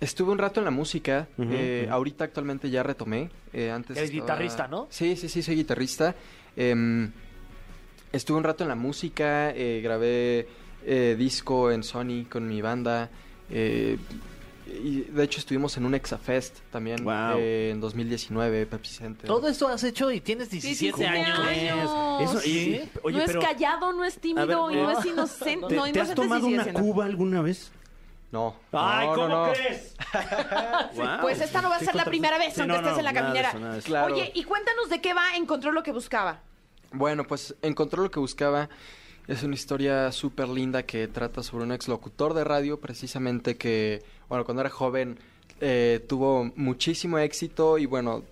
[SPEAKER 5] estuve un rato en la música.
[SPEAKER 4] Ujú,
[SPEAKER 5] eh,
[SPEAKER 4] ujú.
[SPEAKER 5] Ahorita actualmente ya retomé. eh, antes
[SPEAKER 3] Eres guitarrista, ¿no?
[SPEAKER 5] Sí, sí, sí, soy guitarrista. Em, estuve un rato en la música. eh, grabé eh, disco en Sony con mi banda. eh, y de hecho estuvimos en un Exafest también
[SPEAKER 4] Guau.
[SPEAKER 5] eh, en 2019, Pepsi Center.
[SPEAKER 3] Todo esto has hecho y tienes 17
[SPEAKER 2] 17
[SPEAKER 3] años.
[SPEAKER 2] años.
[SPEAKER 4] Eso, y-
[SPEAKER 3] Sí.
[SPEAKER 4] oye,
[SPEAKER 2] no
[SPEAKER 4] pero,
[SPEAKER 2] es callado, no es tímido
[SPEAKER 4] A
[SPEAKER 2] y
[SPEAKER 4] ver,
[SPEAKER 2] no
[SPEAKER 4] eh,
[SPEAKER 2] es inocente.
[SPEAKER 4] ¿te,
[SPEAKER 2] no,
[SPEAKER 4] te has
[SPEAKER 2] inocente
[SPEAKER 4] tomado
[SPEAKER 2] sigue
[SPEAKER 4] una
[SPEAKER 2] siendo.
[SPEAKER 4] cuba alguna vez?
[SPEAKER 5] No.
[SPEAKER 4] Ay,
[SPEAKER 5] no, no,
[SPEAKER 4] ¿cómo
[SPEAKER 5] no.
[SPEAKER 4] crees? Guau.
[SPEAKER 2] Pues esta no va a
[SPEAKER 4] Ah, Sí,
[SPEAKER 2] ser la
[SPEAKER 4] contra-
[SPEAKER 2] primera vez,
[SPEAKER 4] Sí,
[SPEAKER 2] aunque
[SPEAKER 4] no,
[SPEAKER 2] estés
[SPEAKER 4] no,
[SPEAKER 2] en la
[SPEAKER 4] nada de
[SPEAKER 2] caminera.
[SPEAKER 4] eso, nada de eso.
[SPEAKER 5] Claro.
[SPEAKER 2] Oye, y cuéntanos de qué va, encontró lo que buscaba.
[SPEAKER 5] Bueno, pues encontró lo que buscaba. Es una historia súper linda que trata sobre un exlocutor de radio, precisamente que, bueno, cuando era joven eh, tuvo muchísimo éxito y, bueno,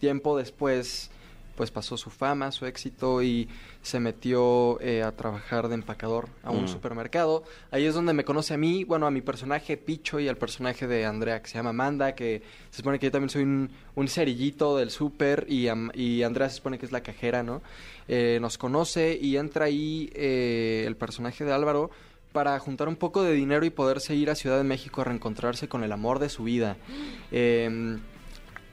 [SPEAKER 5] tiempo después, pues pasó su fama, su éxito y se metió eh, a trabajar de empacador a un
[SPEAKER 4] Mm.
[SPEAKER 5] supermercado. Ahí es donde me conoce a mí, bueno, a mi personaje Picho y al personaje de Andrea, que se llama Amanda, que se supone que yo también soy un, un cerillito del súper y, Am- y Andrea se supone que es la cajera, ¿no? Eh, nos conoce y entra ahí eh, el personaje de Álvaro para juntar un poco de dinero y poderse ir a Ciudad de México a reencontrarse con el amor de su vida. Em,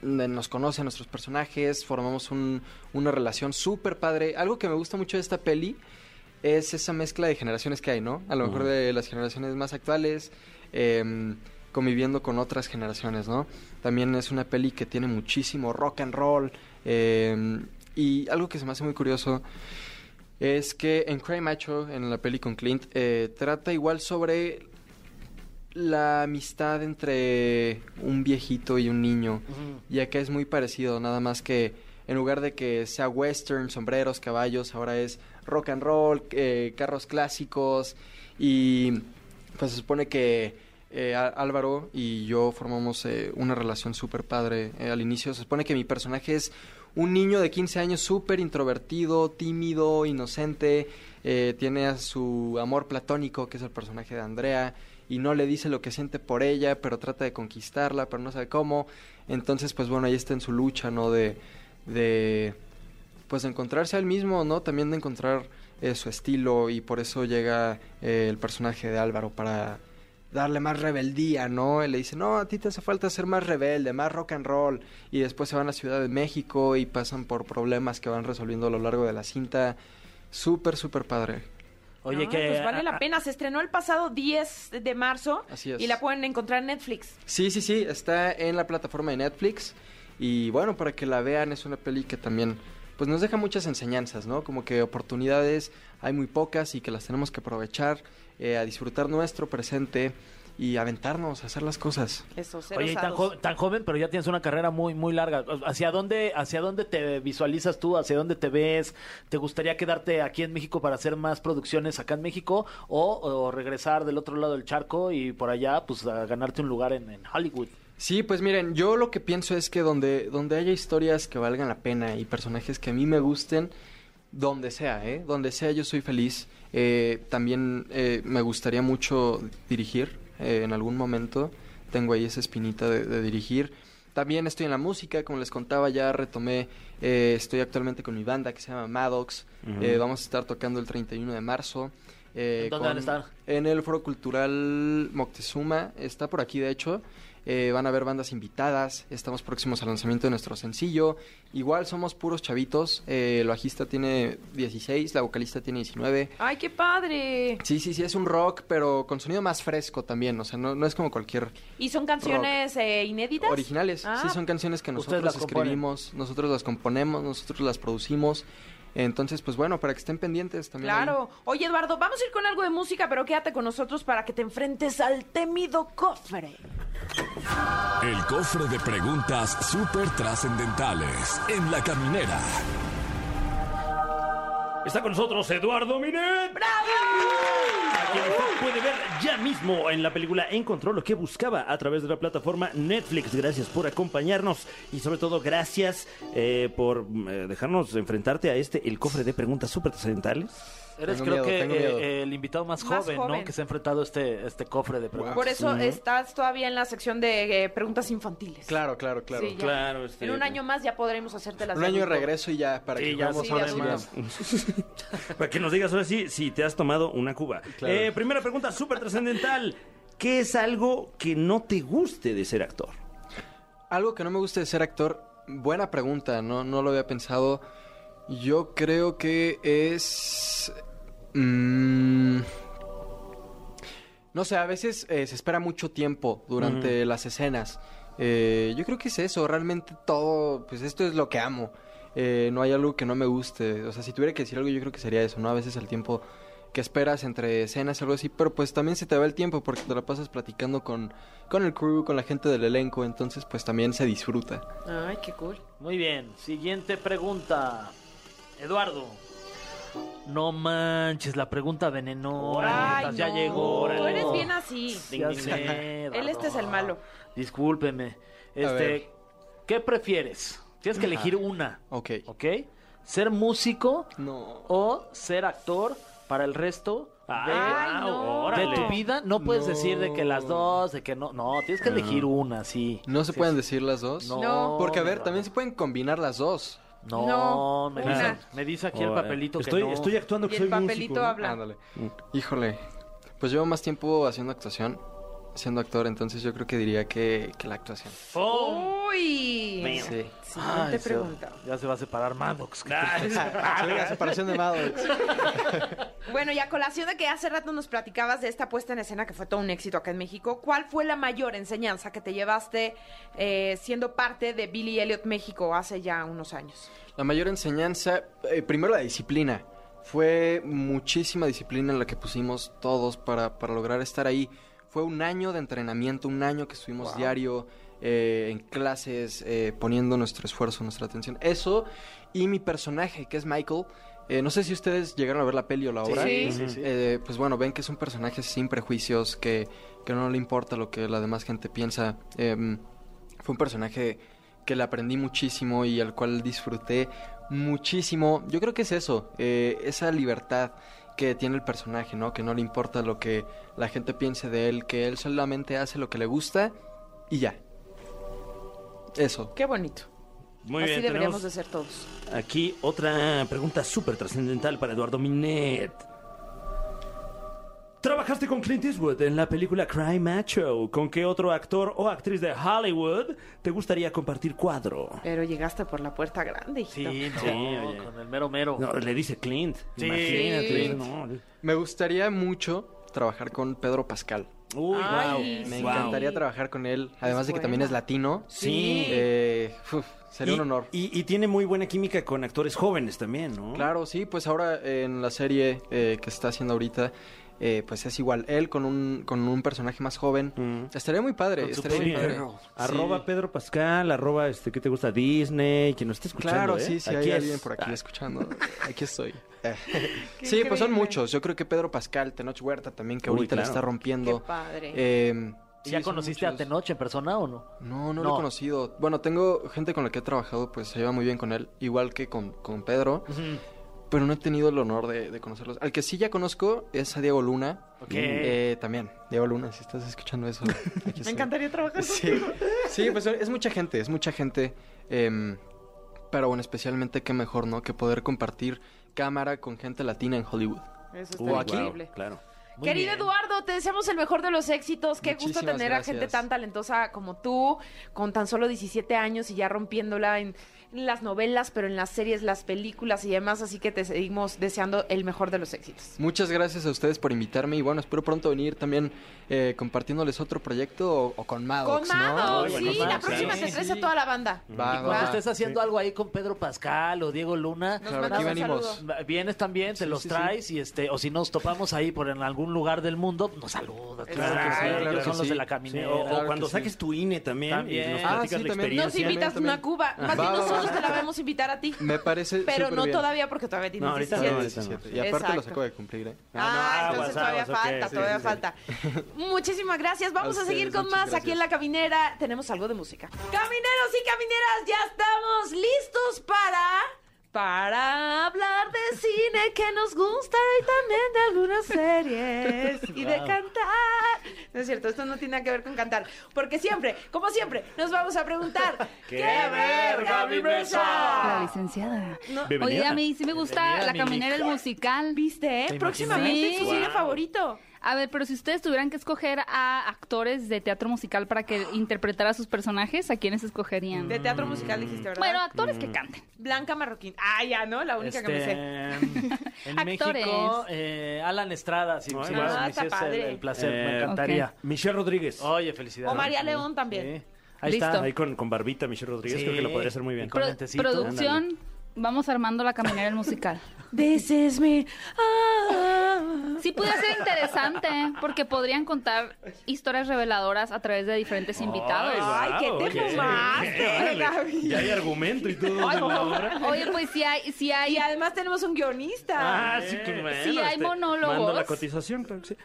[SPEAKER 5] donde nos conoce a nuestros personajes, formamos un- una relación súper padre. Algo que me gusta mucho de esta peli es esa mezcla de generaciones que hay, ¿no? A lo mejor
[SPEAKER 4] Ujú.
[SPEAKER 5] de las generaciones más actuales, em, conviviendo con otras generaciones, ¿no? También es una peli que tiene muchísimo rock and roll. em, y algo que se me hace muy curioso es que en Cry Macho, en la peli con Clint, eh, trata igual sobre la amistad entre un viejito y un niño. Y acá es muy parecido, nada más que en lugar de que sea western, sombreros, caballos, ahora es rock and roll, eh, carros clásicos. Y pues se supone que eh, Á- Álvaro y yo formamos eh, una relación súper padre eh, al inicio. Se supone que mi personaje es un niño de 15 años súper introvertido, tímido, inocente. eh, tiene a su amor platónico, que es el personaje de Andrea, y no le dice lo que siente por ella, pero trata de conquistarla, pero no sabe cómo. Entonces, pues bueno, ahí está en su lucha, ¿no? De, de pues de encontrarse al mismo, ¿no? También de encontrar eh, su estilo y por eso llega eh, el personaje de Álvaro para darle más rebeldía, ¿no? Él le dice, no, a ti te hace falta ser más rebelde, más rock and roll. Y después se van a Ciudad de México y pasan por problemas que van resolviendo a lo largo de la cinta. Súper, súper padre.
[SPEAKER 3] Oye,
[SPEAKER 2] Ah,
[SPEAKER 3] que.
[SPEAKER 2] Pues vale
[SPEAKER 3] a-
[SPEAKER 2] la pena. Se estrenó el pasado 10 de marzo.
[SPEAKER 5] Así es.
[SPEAKER 2] Y la pueden encontrar en Netflix.
[SPEAKER 5] Sí, sí, sí, está en la plataforma de Netflix. Y bueno, para que la vean, es una peli que también pues nos deja muchas enseñanzas, ¿no? Como que oportunidades hay muy pocas y que las tenemos que aprovechar, eh, a disfrutar nuestro presente y aventarnos a hacer las cosas.
[SPEAKER 2] Eso, ser
[SPEAKER 3] Oye, y tan,
[SPEAKER 2] osados.
[SPEAKER 3] jo- tan joven, pero ya tienes una carrera muy, muy larga. ¿Hacia dónde, ¿Hacia dónde te visualizas tú? ¿Hacia dónde te ves? ¿Te gustaría quedarte aquí en México para hacer más producciones acá en México? ¿O, o regresar del otro lado del charco y por allá, pues, a ganarte un lugar en, en Hollywood?
[SPEAKER 5] Sí, pues miren, yo lo que pienso es que donde, donde haya historias que valgan la pena y personajes que a mí me gusten, donde sea, ¿eh? Donde sea yo soy feliz. Eh, también eh, me gustaría mucho dirigir eh, en algún momento. Tengo ahí esa espinita de, de dirigir. También estoy en la música, como les contaba, ya retomé, eh, estoy actualmente con mi banda que se llama Maddox.
[SPEAKER 4] Ujú.
[SPEAKER 5] Eh, vamos a estar tocando el 31 de marzo. eh,
[SPEAKER 3] ¿En dónde van a estar?
[SPEAKER 5] en el Foro Cultural Moctezuma, está por aquí de hecho. Eh, van a haber bandas invitadas, estamos próximos al lanzamiento de nuestro sencillo. Igual somos puros chavitos, eh, el bajista tiene 16, la vocalista tiene 19.
[SPEAKER 2] Ay, qué padre.
[SPEAKER 5] Sí, sí, sí, es un rock, pero con sonido más fresco también, o sea, no, no es como cualquier...
[SPEAKER 2] ¿Y son canciones eh, inéditas?
[SPEAKER 5] Originales,
[SPEAKER 2] Ah.
[SPEAKER 5] sí, son canciones que
[SPEAKER 3] Ustedes
[SPEAKER 5] nosotros
[SPEAKER 3] las componen.
[SPEAKER 5] escribimos, nosotros las componemos, nosotros las producimos. Entonces, pues bueno, para que estén pendientes también. ahí.
[SPEAKER 2] Claro. Oye, Eduardo, vamos a ir con algo de música, pero quédate con nosotros para que te enfrentes al temido cofre.
[SPEAKER 1] El cofre de preguntas súper trascendentales en la caminera.
[SPEAKER 4] Está con nosotros Eduardo Minet. A quien usted puede ver ya mismo en la película Encontró lo que buscaba a través de la plataforma Netflix. Gracias por acompañarnos y sobre todo gracias eh, por mm, eh, dejarnos enfrentarte a este, el cofre de preguntas súper trascendentales.
[SPEAKER 3] Eres
[SPEAKER 5] Tengo
[SPEAKER 3] creo
[SPEAKER 5] miedo,
[SPEAKER 3] que
[SPEAKER 5] tengo
[SPEAKER 3] eh,
[SPEAKER 5] miedo.
[SPEAKER 3] eh, el invitado más
[SPEAKER 2] Más
[SPEAKER 3] joven,
[SPEAKER 2] joven.
[SPEAKER 3] ¿no? Que se ha enfrentado a este, este cofre de preguntas.
[SPEAKER 2] Por eso estás todavía en la sección de eh, preguntas infantiles.
[SPEAKER 5] Claro, claro, claro.
[SPEAKER 2] Sí, ya.
[SPEAKER 4] Claro, este-
[SPEAKER 2] En un año más ya podremos hacerte las
[SPEAKER 5] Un año de regreso y ya, para
[SPEAKER 3] Sí,
[SPEAKER 5] que
[SPEAKER 3] ya
[SPEAKER 5] veamos
[SPEAKER 2] sí,
[SPEAKER 5] ahora
[SPEAKER 2] ya
[SPEAKER 5] sí
[SPEAKER 2] sí.
[SPEAKER 5] bien.
[SPEAKER 4] Para que nos digas ahora sí si te has tomado una cuba.
[SPEAKER 5] Claro.
[SPEAKER 4] Eh, primera pregunta súper trascendental. ¿Qué es algo que no te guste de ser actor?
[SPEAKER 5] Algo que no me gusta de ser actor, buena pregunta, no, no lo había pensado. Yo creo que es... mm, no sé, a veces eh, se espera mucho tiempo durante las escenas. Eh, yo creo que es eso, realmente todo, pues esto es lo que amo. Eh, no hay algo que no me guste. O sea, si tuviera que decir algo, yo creo que sería eso, ¿no? A veces el tiempo que esperas entre escenas, algo así, pero pues también se te va el tiempo porque te la pasas platicando con, con el crew, con la gente del elenco, entonces pues también se disfruta.
[SPEAKER 2] Ay, qué cool.
[SPEAKER 3] Muy bien, siguiente pregunta. Eduardo. No manches, la pregunta venenosa.
[SPEAKER 2] Ay,
[SPEAKER 3] ya
[SPEAKER 2] no.
[SPEAKER 3] llegó.
[SPEAKER 2] Tú
[SPEAKER 3] órale.
[SPEAKER 2] eres bien así.
[SPEAKER 3] Ya sé,
[SPEAKER 2] Él este es el
[SPEAKER 3] Eduardo.
[SPEAKER 2] malo.
[SPEAKER 3] Discúlpeme.
[SPEAKER 5] ver.
[SPEAKER 3] Este, ¿qué prefieres? Tienes que elegir una,
[SPEAKER 5] Ok.
[SPEAKER 3] ¿ok? ¿Ser músico
[SPEAKER 5] No.
[SPEAKER 3] o ser actor para el resto de,
[SPEAKER 2] Ay, no.
[SPEAKER 3] de tu vida? No puedes
[SPEAKER 5] No.
[SPEAKER 3] decir de que las dos, de que no. No, tienes que elegir una, sí.
[SPEAKER 5] ¿No se
[SPEAKER 3] Sí,
[SPEAKER 5] pueden
[SPEAKER 3] sí.
[SPEAKER 5] decir las dos?
[SPEAKER 2] No.
[SPEAKER 5] Porque a
[SPEAKER 3] mi
[SPEAKER 5] ver,
[SPEAKER 3] Eduardo.
[SPEAKER 5] también se pueden combinar las dos.
[SPEAKER 3] No,
[SPEAKER 2] No,
[SPEAKER 3] me,
[SPEAKER 2] una.
[SPEAKER 3] dice, me dice aquí el
[SPEAKER 4] Ahora,
[SPEAKER 3] papelito que
[SPEAKER 4] estoy,
[SPEAKER 3] no.
[SPEAKER 4] Estoy actuando
[SPEAKER 2] Y
[SPEAKER 4] que
[SPEAKER 2] el
[SPEAKER 4] soy
[SPEAKER 2] papelito
[SPEAKER 4] músico, ¿no?
[SPEAKER 2] habla.
[SPEAKER 5] Ándale. Híjole. Pues llevo más tiempo haciendo actuación, siendo actor, entonces yo creo que diría que, que la actuación.
[SPEAKER 3] ¡Oh!
[SPEAKER 2] Uy.
[SPEAKER 5] Sí.
[SPEAKER 2] Siguiente
[SPEAKER 5] eso.
[SPEAKER 2] pregunta.
[SPEAKER 3] Ya se va a separar Maddox.
[SPEAKER 5] Soy una separación de Maddox.
[SPEAKER 2] Bueno, y a colación de que hace rato nos platicabas de esta puesta en escena que fue todo un éxito acá en México, ¿cuál fue la mayor enseñanza que te llevaste eh, siendo parte de Billy Elliot México hace ya unos años?
[SPEAKER 5] La mayor enseñanza, eh, primero la disciplina. Fue muchísima disciplina en la que pusimos todos para, para lograr estar ahí. Fue un año de entrenamiento, un año que estuvimos diario eh, en clases, eh, poniendo nuestro esfuerzo, nuestra atención. Eso y mi personaje, que es Michael. eh, no sé si ustedes llegaron a ver la peli o la obra.
[SPEAKER 2] Sí.
[SPEAKER 3] sí, sí.
[SPEAKER 5] Eh, pues bueno, ven que es un personaje sin prejuicios, que, que no le importa lo que la demás gente piensa. Em, fue un personaje que le aprendí muchísimo y al cual disfruté muchísimo. Yo creo que es eso, eh, esa libertad que tiene el personaje, ¿no? Que no le importa lo que la gente piense de él, que él solamente hace lo que le gusta y ya. Eso.
[SPEAKER 2] Qué bonito.
[SPEAKER 4] Muy
[SPEAKER 2] Así
[SPEAKER 4] bien,
[SPEAKER 2] deberíamos
[SPEAKER 4] tenemos
[SPEAKER 2] de ser todos.
[SPEAKER 4] aquí otra pregunta súper trascendental para Eduardo Minet. Trabajaste con Clint Eastwood en la película Cry Macho. ¿Con qué otro actor o actriz de Hollywood te gustaría compartir cuadro?
[SPEAKER 2] Pero llegaste por la puerta grande, hijito.
[SPEAKER 3] Sí, no,
[SPEAKER 4] Sí, oye.
[SPEAKER 3] con el mero mero.
[SPEAKER 4] No, le dice Clint.
[SPEAKER 3] Sí,
[SPEAKER 4] Imagínate.
[SPEAKER 5] Clint.
[SPEAKER 4] no.
[SPEAKER 5] Me gustaría mucho trabajar con Pedro Pascal.
[SPEAKER 4] Uy,
[SPEAKER 2] Ay,
[SPEAKER 4] wow.
[SPEAKER 2] sí.
[SPEAKER 5] Me
[SPEAKER 2] Wow.
[SPEAKER 5] encantaría trabajar con él. Además de que también
[SPEAKER 2] bueno.
[SPEAKER 5] es latino.
[SPEAKER 4] Sí.
[SPEAKER 5] Eh, uf, sería
[SPEAKER 4] Y-
[SPEAKER 5] un honor.
[SPEAKER 4] Y, y tiene muy buena química con actores jóvenes también, ¿no?
[SPEAKER 5] Claro, sí, pues ahora eh, en la serie eh, que está haciendo ahorita, eh, pues es igual él con un, con un personaje más joven.
[SPEAKER 4] Mm.
[SPEAKER 5] Estaría muy padre,
[SPEAKER 4] Con su
[SPEAKER 5] estaría muy padre.
[SPEAKER 4] perro.
[SPEAKER 5] Sí.
[SPEAKER 4] Arroba Pedro Pascal, arroba este, ¿qué te gusta? Disney, que nos esté escuchando.
[SPEAKER 5] Claro,
[SPEAKER 4] ¿eh?
[SPEAKER 5] sí, sí,
[SPEAKER 4] Aquí
[SPEAKER 5] hay
[SPEAKER 4] es-
[SPEAKER 5] alguien por aquí
[SPEAKER 4] Ah,
[SPEAKER 5] escuchando. Aquí estoy. sí, pues son
[SPEAKER 2] increíble.
[SPEAKER 5] muchos. Yo creo que Pedro Pascal, Tenoch Huerta también, que
[SPEAKER 4] Uy,
[SPEAKER 5] ahorita la
[SPEAKER 4] claro.
[SPEAKER 5] está rompiendo.
[SPEAKER 2] Qué padre.
[SPEAKER 5] Eh, sí,
[SPEAKER 3] ¿Ya
[SPEAKER 5] son
[SPEAKER 3] conociste a
[SPEAKER 5] muchos.
[SPEAKER 3] Tenoch en persona o no?
[SPEAKER 5] No, no, lo
[SPEAKER 3] No.
[SPEAKER 5] he conocido. Bueno, tengo gente con la que he trabajado, pues se lleva muy bien con él, igual que con, con Pedro, pero no he tenido el honor de, de conocerlos. Al que sí ya conozco es a Diego Luna.
[SPEAKER 3] Ok.
[SPEAKER 5] Eh, también, Diego Luna, si estás escuchando eso. aquí
[SPEAKER 2] Me
[SPEAKER 5] estoy.
[SPEAKER 2] encantaría trabajar
[SPEAKER 5] Sí, sí, pues es mucha gente, es mucha gente. em, pero bueno, especialmente qué mejor, ¿no? Que poder compartir cámara con gente latina en Hollywood.
[SPEAKER 2] contigo. Eso
[SPEAKER 4] uh,
[SPEAKER 2] está
[SPEAKER 4] aquí,
[SPEAKER 2] increíble.
[SPEAKER 4] Claro.
[SPEAKER 3] Muy
[SPEAKER 2] Querido
[SPEAKER 3] bien.
[SPEAKER 2] Eduardo, te deseamos el mejor de los éxitos. Qué gusto
[SPEAKER 5] Muchísimas
[SPEAKER 2] tener a gente
[SPEAKER 5] gracias.
[SPEAKER 2] tan talentosa como tú, con tan solo 17 años y ya rompiéndola en, en las novelas, pero en las series, las películas y demás. Así que te seguimos deseando el mejor de los éxitos.
[SPEAKER 5] Muchas gracias a ustedes por invitarme y bueno, espero pronto venir también eh, compartiéndoles otro proyecto o, o con Maddox,
[SPEAKER 2] Con
[SPEAKER 5] ¿no?
[SPEAKER 2] Mado,
[SPEAKER 3] Oye,
[SPEAKER 2] sí,
[SPEAKER 3] con
[SPEAKER 2] la
[SPEAKER 3] Mado,
[SPEAKER 2] próxima
[SPEAKER 5] sí,
[SPEAKER 2] te traes
[SPEAKER 5] sí.
[SPEAKER 2] a toda la banda.
[SPEAKER 5] Va,
[SPEAKER 3] Y
[SPEAKER 5] va.
[SPEAKER 3] cuando estés haciendo algo ahí con Pedro Pascal o Diego Luna,
[SPEAKER 2] Nos
[SPEAKER 5] Claro,
[SPEAKER 2] mandas
[SPEAKER 5] aquí
[SPEAKER 2] un
[SPEAKER 5] venimos.
[SPEAKER 2] saludo.
[SPEAKER 3] vienes también, te
[SPEAKER 5] Sí,
[SPEAKER 3] los
[SPEAKER 5] sí, sí.
[SPEAKER 3] traes y este, o si nos topamos ahí por en algún lugar del mundo, nos saludas. tú
[SPEAKER 2] Claro
[SPEAKER 3] sabes
[SPEAKER 2] que
[SPEAKER 3] que
[SPEAKER 2] sí,
[SPEAKER 3] ellos
[SPEAKER 5] claro que
[SPEAKER 3] son los
[SPEAKER 5] sí.
[SPEAKER 3] de la
[SPEAKER 4] Sí,
[SPEAKER 3] caminera.
[SPEAKER 4] o, o
[SPEAKER 5] Claro
[SPEAKER 4] cuando
[SPEAKER 5] que sí.
[SPEAKER 4] saques tu INE también,
[SPEAKER 3] También.
[SPEAKER 4] y nos
[SPEAKER 3] Ah,
[SPEAKER 4] platicas
[SPEAKER 5] sí,
[SPEAKER 4] la
[SPEAKER 5] también.
[SPEAKER 2] Nos
[SPEAKER 4] experiencia.
[SPEAKER 2] invitas
[SPEAKER 5] también.
[SPEAKER 2] una Cuba. Más
[SPEAKER 5] Va,
[SPEAKER 2] bien
[SPEAKER 5] va, va.
[SPEAKER 2] nosotros te la vamos a invitar a ti.
[SPEAKER 5] Me parece
[SPEAKER 2] Pero
[SPEAKER 5] súper
[SPEAKER 2] no
[SPEAKER 5] bien.
[SPEAKER 2] todavía porque todavía tienes
[SPEAKER 4] No, ahorita
[SPEAKER 2] 17.
[SPEAKER 4] no, ahorita
[SPEAKER 5] Sí,
[SPEAKER 4] no.
[SPEAKER 5] sí, Y aparte los
[SPEAKER 2] Exacto.
[SPEAKER 5] acabo de cumplir, ¿eh?
[SPEAKER 2] Ah,
[SPEAKER 4] Ah, no,
[SPEAKER 2] entonces
[SPEAKER 4] aguas,
[SPEAKER 2] todavía
[SPEAKER 4] aguas, ok,
[SPEAKER 2] falta,
[SPEAKER 4] sí,
[SPEAKER 2] todavía
[SPEAKER 5] sí, sí.
[SPEAKER 2] falta. Muchísimas gracias. Vamos a,
[SPEAKER 5] A
[SPEAKER 2] seguir
[SPEAKER 5] ustedes,
[SPEAKER 2] con más
[SPEAKER 5] muchas
[SPEAKER 2] aquí en La
[SPEAKER 5] gracias.
[SPEAKER 2] Caminera. Tenemos algo de música. Camineros y camineras, ya estamos listos para... Para hablar de cine que nos gusta y también de algunas series y de
[SPEAKER 3] Wow.
[SPEAKER 2] cantar. No es cierto, esto no tiene nada que ver con cantar. Porque siempre, como siempre, nos vamos a preguntar:
[SPEAKER 4] ¿Qué ver, Gaby Mesa?
[SPEAKER 6] La licenciada.
[SPEAKER 2] No,
[SPEAKER 4] Bienvenida.
[SPEAKER 6] Oye, a mí sí me gusta
[SPEAKER 3] Bienvenida,
[SPEAKER 6] La
[SPEAKER 3] mi
[SPEAKER 6] Caminera el
[SPEAKER 3] hija.
[SPEAKER 6] musical.
[SPEAKER 2] ¿Viste? ¿eh?
[SPEAKER 3] ¿Te
[SPEAKER 2] Próximamente es
[SPEAKER 6] imaginas?
[SPEAKER 2] tu cine
[SPEAKER 4] Wow.
[SPEAKER 2] favorito.
[SPEAKER 6] A ver, pero si ustedes tuvieran que escoger a actores de teatro musical para que interpretara a sus personajes, ¿a quiénes escogerían?
[SPEAKER 2] De teatro musical dijiste, ¿verdad?
[SPEAKER 6] Bueno, actores
[SPEAKER 3] Mm,
[SPEAKER 6] que canten.
[SPEAKER 2] Blanca Marroquín. Ah, ya, ¿no? La única que me
[SPEAKER 4] Este.
[SPEAKER 2] sé.
[SPEAKER 3] Este, En
[SPEAKER 6] Actores.
[SPEAKER 3] México, eh, Alan Estrada, si, si
[SPEAKER 4] Ah,
[SPEAKER 3] me- me
[SPEAKER 2] está
[SPEAKER 3] hiciese el-
[SPEAKER 2] padre.
[SPEAKER 3] el, placer, me
[SPEAKER 4] Eh,
[SPEAKER 3] encantaría.
[SPEAKER 6] ok.
[SPEAKER 4] Michelle Rodríguez.
[SPEAKER 3] Oye, felicidades.
[SPEAKER 2] O María
[SPEAKER 3] Sí.
[SPEAKER 2] León también.
[SPEAKER 3] Sí. Ahí
[SPEAKER 6] Listo.
[SPEAKER 3] está.
[SPEAKER 4] Ahí con, con barbita, Michelle Rodríguez,
[SPEAKER 3] Sí.
[SPEAKER 4] creo que lo podría hacer muy bien.
[SPEAKER 3] Con
[SPEAKER 6] Pro-
[SPEAKER 3] lentecito.
[SPEAKER 6] producción, vamos armando La Caminera el musical.
[SPEAKER 2] This is me. Ah.
[SPEAKER 6] Sí pudiera ser interesante, porque podrían contar historias reveladoras a través de diferentes invitados.
[SPEAKER 2] Ay, ¿qué te
[SPEAKER 4] oye.
[SPEAKER 2] fumaste,
[SPEAKER 4] Órale.
[SPEAKER 2] Gaby?
[SPEAKER 4] Ya hay argumento y todo
[SPEAKER 2] Ay,
[SPEAKER 4] en la obra.
[SPEAKER 6] Oye, pues si hay, si hay
[SPEAKER 2] Y además tenemos un guionista.
[SPEAKER 4] Ah, sí, que bueno, este,
[SPEAKER 6] Sí, hay monólogos.
[SPEAKER 4] Mando la cotización, claro que sí.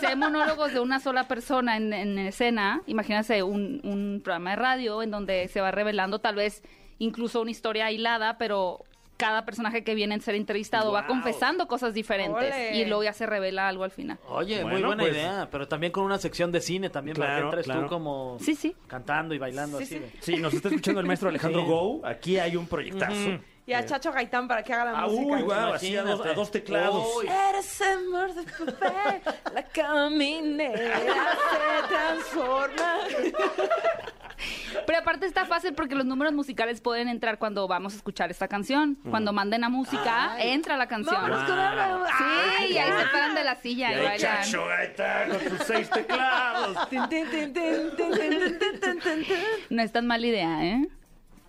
[SPEAKER 6] Si hay monólogos de una sola persona en, en escena, imagínense un, un programa de radio en donde se va revelando tal vez incluso una historia hilada, pero cada personaje que viene a ser entrevistado va
[SPEAKER 4] Guau.
[SPEAKER 6] confesando cosas diferentes
[SPEAKER 2] Ole.
[SPEAKER 6] y luego ya se revela algo al final.
[SPEAKER 3] Oye, muy
[SPEAKER 4] Bueno,
[SPEAKER 3] buena
[SPEAKER 4] pues-
[SPEAKER 3] idea, pero también con una sección de cine también para que
[SPEAKER 4] Claro,
[SPEAKER 3] entres
[SPEAKER 4] claro.
[SPEAKER 3] tú como
[SPEAKER 6] Sí, sí.
[SPEAKER 3] cantando y bailando
[SPEAKER 2] Sí,
[SPEAKER 3] así.
[SPEAKER 2] sí.
[SPEAKER 3] de-
[SPEAKER 4] Sí, nos está escuchando el maestro Alejandro
[SPEAKER 3] Sí.
[SPEAKER 4] Gou. Aquí hay un proyectazo.
[SPEAKER 2] Y a Chacho Gaitán para que haga la
[SPEAKER 4] Ah,
[SPEAKER 2] música.
[SPEAKER 4] uy, guau, así a dos,
[SPEAKER 3] Imagínate.
[SPEAKER 4] a dos teclados.
[SPEAKER 3] Uy.
[SPEAKER 2] Eres amor de papel, la caminera se transforma.
[SPEAKER 6] Pero aparte está fácil porque los números musicales pueden entrar cuando vamos a escuchar esta canción. Cuando manden a música, entra la canción.
[SPEAKER 2] Vámonos con algo.
[SPEAKER 6] Sí,
[SPEAKER 2] Ay,
[SPEAKER 6] y ahí
[SPEAKER 2] ya.
[SPEAKER 6] se paran de la silla
[SPEAKER 4] Y
[SPEAKER 6] y,
[SPEAKER 4] ahí
[SPEAKER 6] bailan.
[SPEAKER 4] Chacho Gaitán con sus seis teclados.
[SPEAKER 2] Tin, tin, tin, tin, tin, tin, tin, tin, tin, tin.
[SPEAKER 6] No es tan mala idea, ¿eh?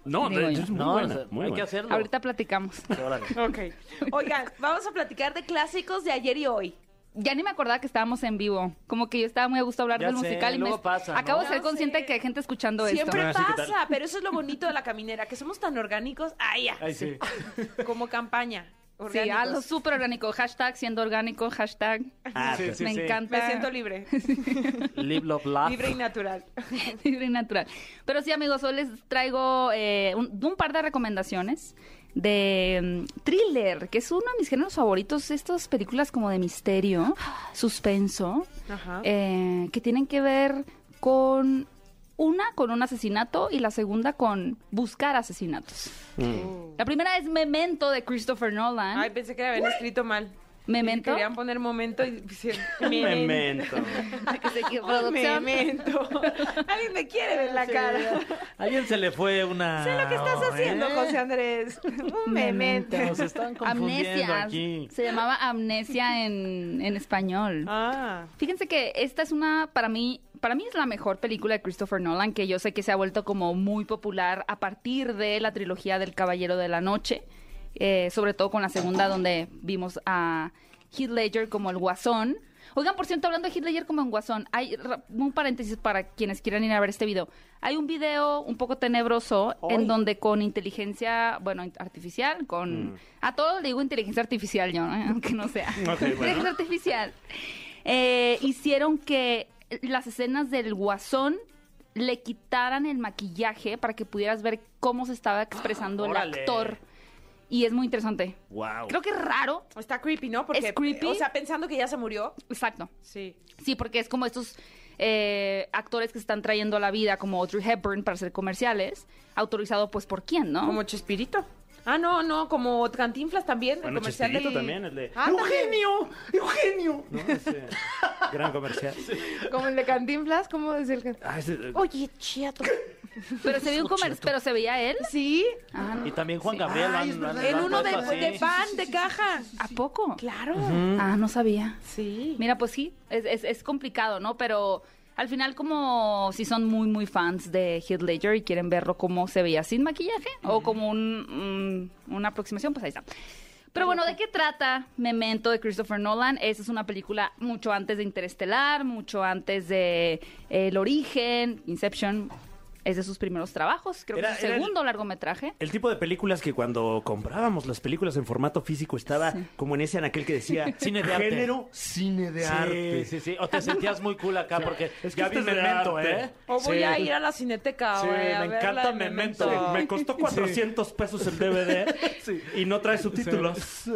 [SPEAKER 4] No,
[SPEAKER 6] Digo
[SPEAKER 4] es
[SPEAKER 6] yo.
[SPEAKER 4] muy
[SPEAKER 3] No,
[SPEAKER 4] buena,
[SPEAKER 3] o sea,
[SPEAKER 4] muy
[SPEAKER 3] hay que
[SPEAKER 4] buena.
[SPEAKER 3] hacerlo.
[SPEAKER 6] Ahorita platicamos.
[SPEAKER 3] Órale.
[SPEAKER 2] Ok. Oigan, vamos a platicar de clásicos de ayer y hoy.
[SPEAKER 6] Ya ni me acordaba que estábamos en vivo. Como que yo estaba muy a gusto hablar
[SPEAKER 3] Ya
[SPEAKER 6] del
[SPEAKER 3] sé,
[SPEAKER 6] musical y me
[SPEAKER 3] luego pasa, ¿no?
[SPEAKER 6] acabo de
[SPEAKER 2] Ya
[SPEAKER 6] ser consciente
[SPEAKER 2] sé.
[SPEAKER 6] de que hay gente escuchando
[SPEAKER 2] Siempre
[SPEAKER 4] Ah, sí, ¿qué tal?
[SPEAKER 2] pasa, pero eso es lo bonito de la caminera, que somos tan orgánicos. Ay, ya.
[SPEAKER 3] Ahí sí.
[SPEAKER 2] Como campaña.
[SPEAKER 6] esto. Sí,
[SPEAKER 2] Orgánicos.
[SPEAKER 6] algo súper orgánico. Hashtag siendo orgánico, hashtag.
[SPEAKER 4] Ah,
[SPEAKER 3] Sí, sí,
[SPEAKER 6] me
[SPEAKER 3] sí.
[SPEAKER 6] encanta.
[SPEAKER 2] Me siento libre.
[SPEAKER 3] Live, love, laugh.
[SPEAKER 2] Libre y natural.
[SPEAKER 6] libre y natural. Pero sí, amigos, hoy les traigo eh, un, un par de recomendaciones de mm, thriller, que es uno de mis géneros favoritos. Estas películas como de misterio, suspenso,
[SPEAKER 2] Ajá.
[SPEAKER 6] eh, que tienen que ver con una con un asesinato y la segunda con buscar
[SPEAKER 3] Mm.
[SPEAKER 6] asesinatos. La primera es Memento de Christopher Nolan.
[SPEAKER 2] Ay, pensé que la habían escrito mal.
[SPEAKER 6] Memento.
[SPEAKER 2] Querían poner momento y pusieron "Memento".
[SPEAKER 4] Memento.
[SPEAKER 6] que se equivocó,
[SPEAKER 2] Ay,
[SPEAKER 6] producción.
[SPEAKER 2] Memento. Alguien me quiere ver la cara.
[SPEAKER 3] A alguien se le fue una.
[SPEAKER 2] Sé lo que estás haciendo,
[SPEAKER 3] ¿eh?
[SPEAKER 2] José Andrés. Un memento.
[SPEAKER 3] Nos están confundiendo
[SPEAKER 6] Amnesia.
[SPEAKER 3] aquí.
[SPEAKER 6] Se llamaba amnesia en, en español.
[SPEAKER 2] Ah.
[SPEAKER 6] Fíjense que esta es una, para mí, para mí es la mejor película de Christopher Nolan, que yo sé que se ha vuelto como muy popular a partir de la trilogía del Caballero de la Noche, eh, sobre todo con la segunda donde vimos a Heath Ledger como el guasón. Oigan, por cierto, hablando de Heath Ledger como un guasón, hay ra- un paréntesis para quienes quieran ir a ver este video. Hay un video un poco tenebroso en donde con inteligencia, bueno, artificial,
[SPEAKER 4] Mm.
[SPEAKER 6] con... A todos le digo inteligencia artificial yo, ¿eh? aunque no sea.
[SPEAKER 4] Ok, bueno.
[SPEAKER 6] Inteligencia artificial. Eh, hicieron que las escenas del guasón le quitaran el maquillaje para que pudieras ver cómo se estaba expresando el
[SPEAKER 4] Órale.
[SPEAKER 6] actor. Y es muy interesante.
[SPEAKER 4] Wow.
[SPEAKER 6] Creo que es raro.
[SPEAKER 2] Está creepy, ¿no? Porque,
[SPEAKER 6] Es creepy.
[SPEAKER 2] O sea, pensando que ya se murió.
[SPEAKER 6] Exacto.
[SPEAKER 2] Sí.
[SPEAKER 6] Sí, porque es como estos eh, actores que se están trayendo a la vida, como Audrey Hepburn, para hacer comerciales, autorizado pues por quién, ¿no?
[SPEAKER 2] Como Chespirito. Ah, no, no, como Cantinflas también.
[SPEAKER 4] Bueno,
[SPEAKER 2] el comercial
[SPEAKER 4] Chespirito
[SPEAKER 2] del...
[SPEAKER 4] también, el de,
[SPEAKER 2] Ah, también.
[SPEAKER 4] Eugenio. ¿No? Ese gran comercial.
[SPEAKER 2] Como el de Cantinflas, ¿cómo es el que-
[SPEAKER 4] Ah, ese-
[SPEAKER 2] Oye, chato.
[SPEAKER 6] Pero se veía un comer- pero se veía él.
[SPEAKER 2] Sí,
[SPEAKER 6] Ah, no.
[SPEAKER 3] Y también Juan Gabriel. lo
[SPEAKER 5] Ay, es
[SPEAKER 3] han- lo han-
[SPEAKER 5] verdad.
[SPEAKER 3] lo
[SPEAKER 2] en
[SPEAKER 3] han
[SPEAKER 2] uno de,
[SPEAKER 3] puesto así.
[SPEAKER 2] de pan, de caja.
[SPEAKER 6] ¿A poco?
[SPEAKER 2] Claro.
[SPEAKER 6] Ah, no sabía.
[SPEAKER 2] Sí.
[SPEAKER 6] Mira, pues sí, es, es- es complicado, ¿no? Pero al final, como si son muy, muy fans de Heath Ledger y quieren verlo como se veía sin maquillaje o como un, mm, una aproximación, pues ahí está. Pero bueno, ¿de qué trata Memento de Christopher Nolan? Esa es una película mucho antes de Interestelar, mucho antes de eh, El Origen, Inception. Es de sus primeros trabajos, creo
[SPEAKER 4] Era-
[SPEAKER 6] que es su
[SPEAKER 4] era el-
[SPEAKER 6] segundo largometraje.
[SPEAKER 4] El tipo de películas que cuando comprábamos las películas en formato físico estaba como en ese anaquel que decía
[SPEAKER 3] Cine de arte.
[SPEAKER 4] género cine de arte.
[SPEAKER 3] Sí, sí, sí. O te sentías muy cool acá porque
[SPEAKER 4] Es que
[SPEAKER 3] ya vi
[SPEAKER 4] esto es de
[SPEAKER 3] Memento,
[SPEAKER 4] arte.
[SPEAKER 3] ¿eh?
[SPEAKER 2] O voy
[SPEAKER 4] Sí.
[SPEAKER 2] a ir a la cineteca.
[SPEAKER 3] Sí,
[SPEAKER 2] güey, a
[SPEAKER 3] me
[SPEAKER 2] verla
[SPEAKER 3] encanta
[SPEAKER 2] en
[SPEAKER 3] Memento.
[SPEAKER 4] Me costó 400 pesos el DVD y no trae subtítulos.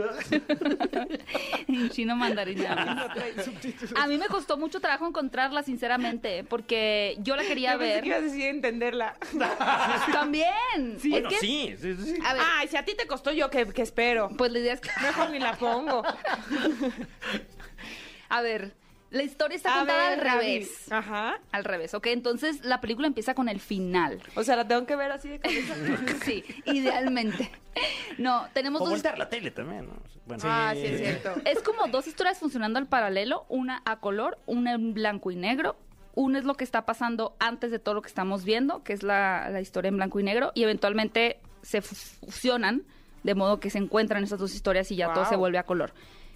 [SPEAKER 6] En chino mandarín. nada más. A mí me costó mucho trabajo encontrarla, sinceramente, porque yo la quería
[SPEAKER 2] Yo pensé
[SPEAKER 6] ver.
[SPEAKER 2] que ibas a decir entenderla.
[SPEAKER 6] También. Es
[SPEAKER 4] Bueno,
[SPEAKER 6] que-
[SPEAKER 4] sí, sí, sí.
[SPEAKER 6] A ver,
[SPEAKER 2] Ay, si a ti te costó yo, que, que espero.
[SPEAKER 6] pues la idea es que.
[SPEAKER 2] Mejor ni la pongo.
[SPEAKER 6] A ver, la historia está
[SPEAKER 2] A
[SPEAKER 6] contada
[SPEAKER 2] ver,
[SPEAKER 6] al
[SPEAKER 2] Gaby.
[SPEAKER 6] revés.
[SPEAKER 2] Ajá.
[SPEAKER 6] Al revés, ok. Entonces la película empieza con el final.
[SPEAKER 2] O sea, la tengo que ver así de cabeza.
[SPEAKER 6] Sí, idealmente. No, tenemos
[SPEAKER 4] O
[SPEAKER 6] dos.
[SPEAKER 4] voltear la tele también. ¿no? Bueno,
[SPEAKER 2] Ah, Pues sí, es cierto.
[SPEAKER 6] Es como dos historias funcionando al paralelo, una a color, una en blanco y negro. Una es lo que está pasando antes de todo lo que estamos viendo, que es la, la historia en blanco y negro, y eventualmente se fu- fusionan, de modo que se encuentran esas dos historias y ya todo
[SPEAKER 2] Wow.
[SPEAKER 6] se vuelve a color.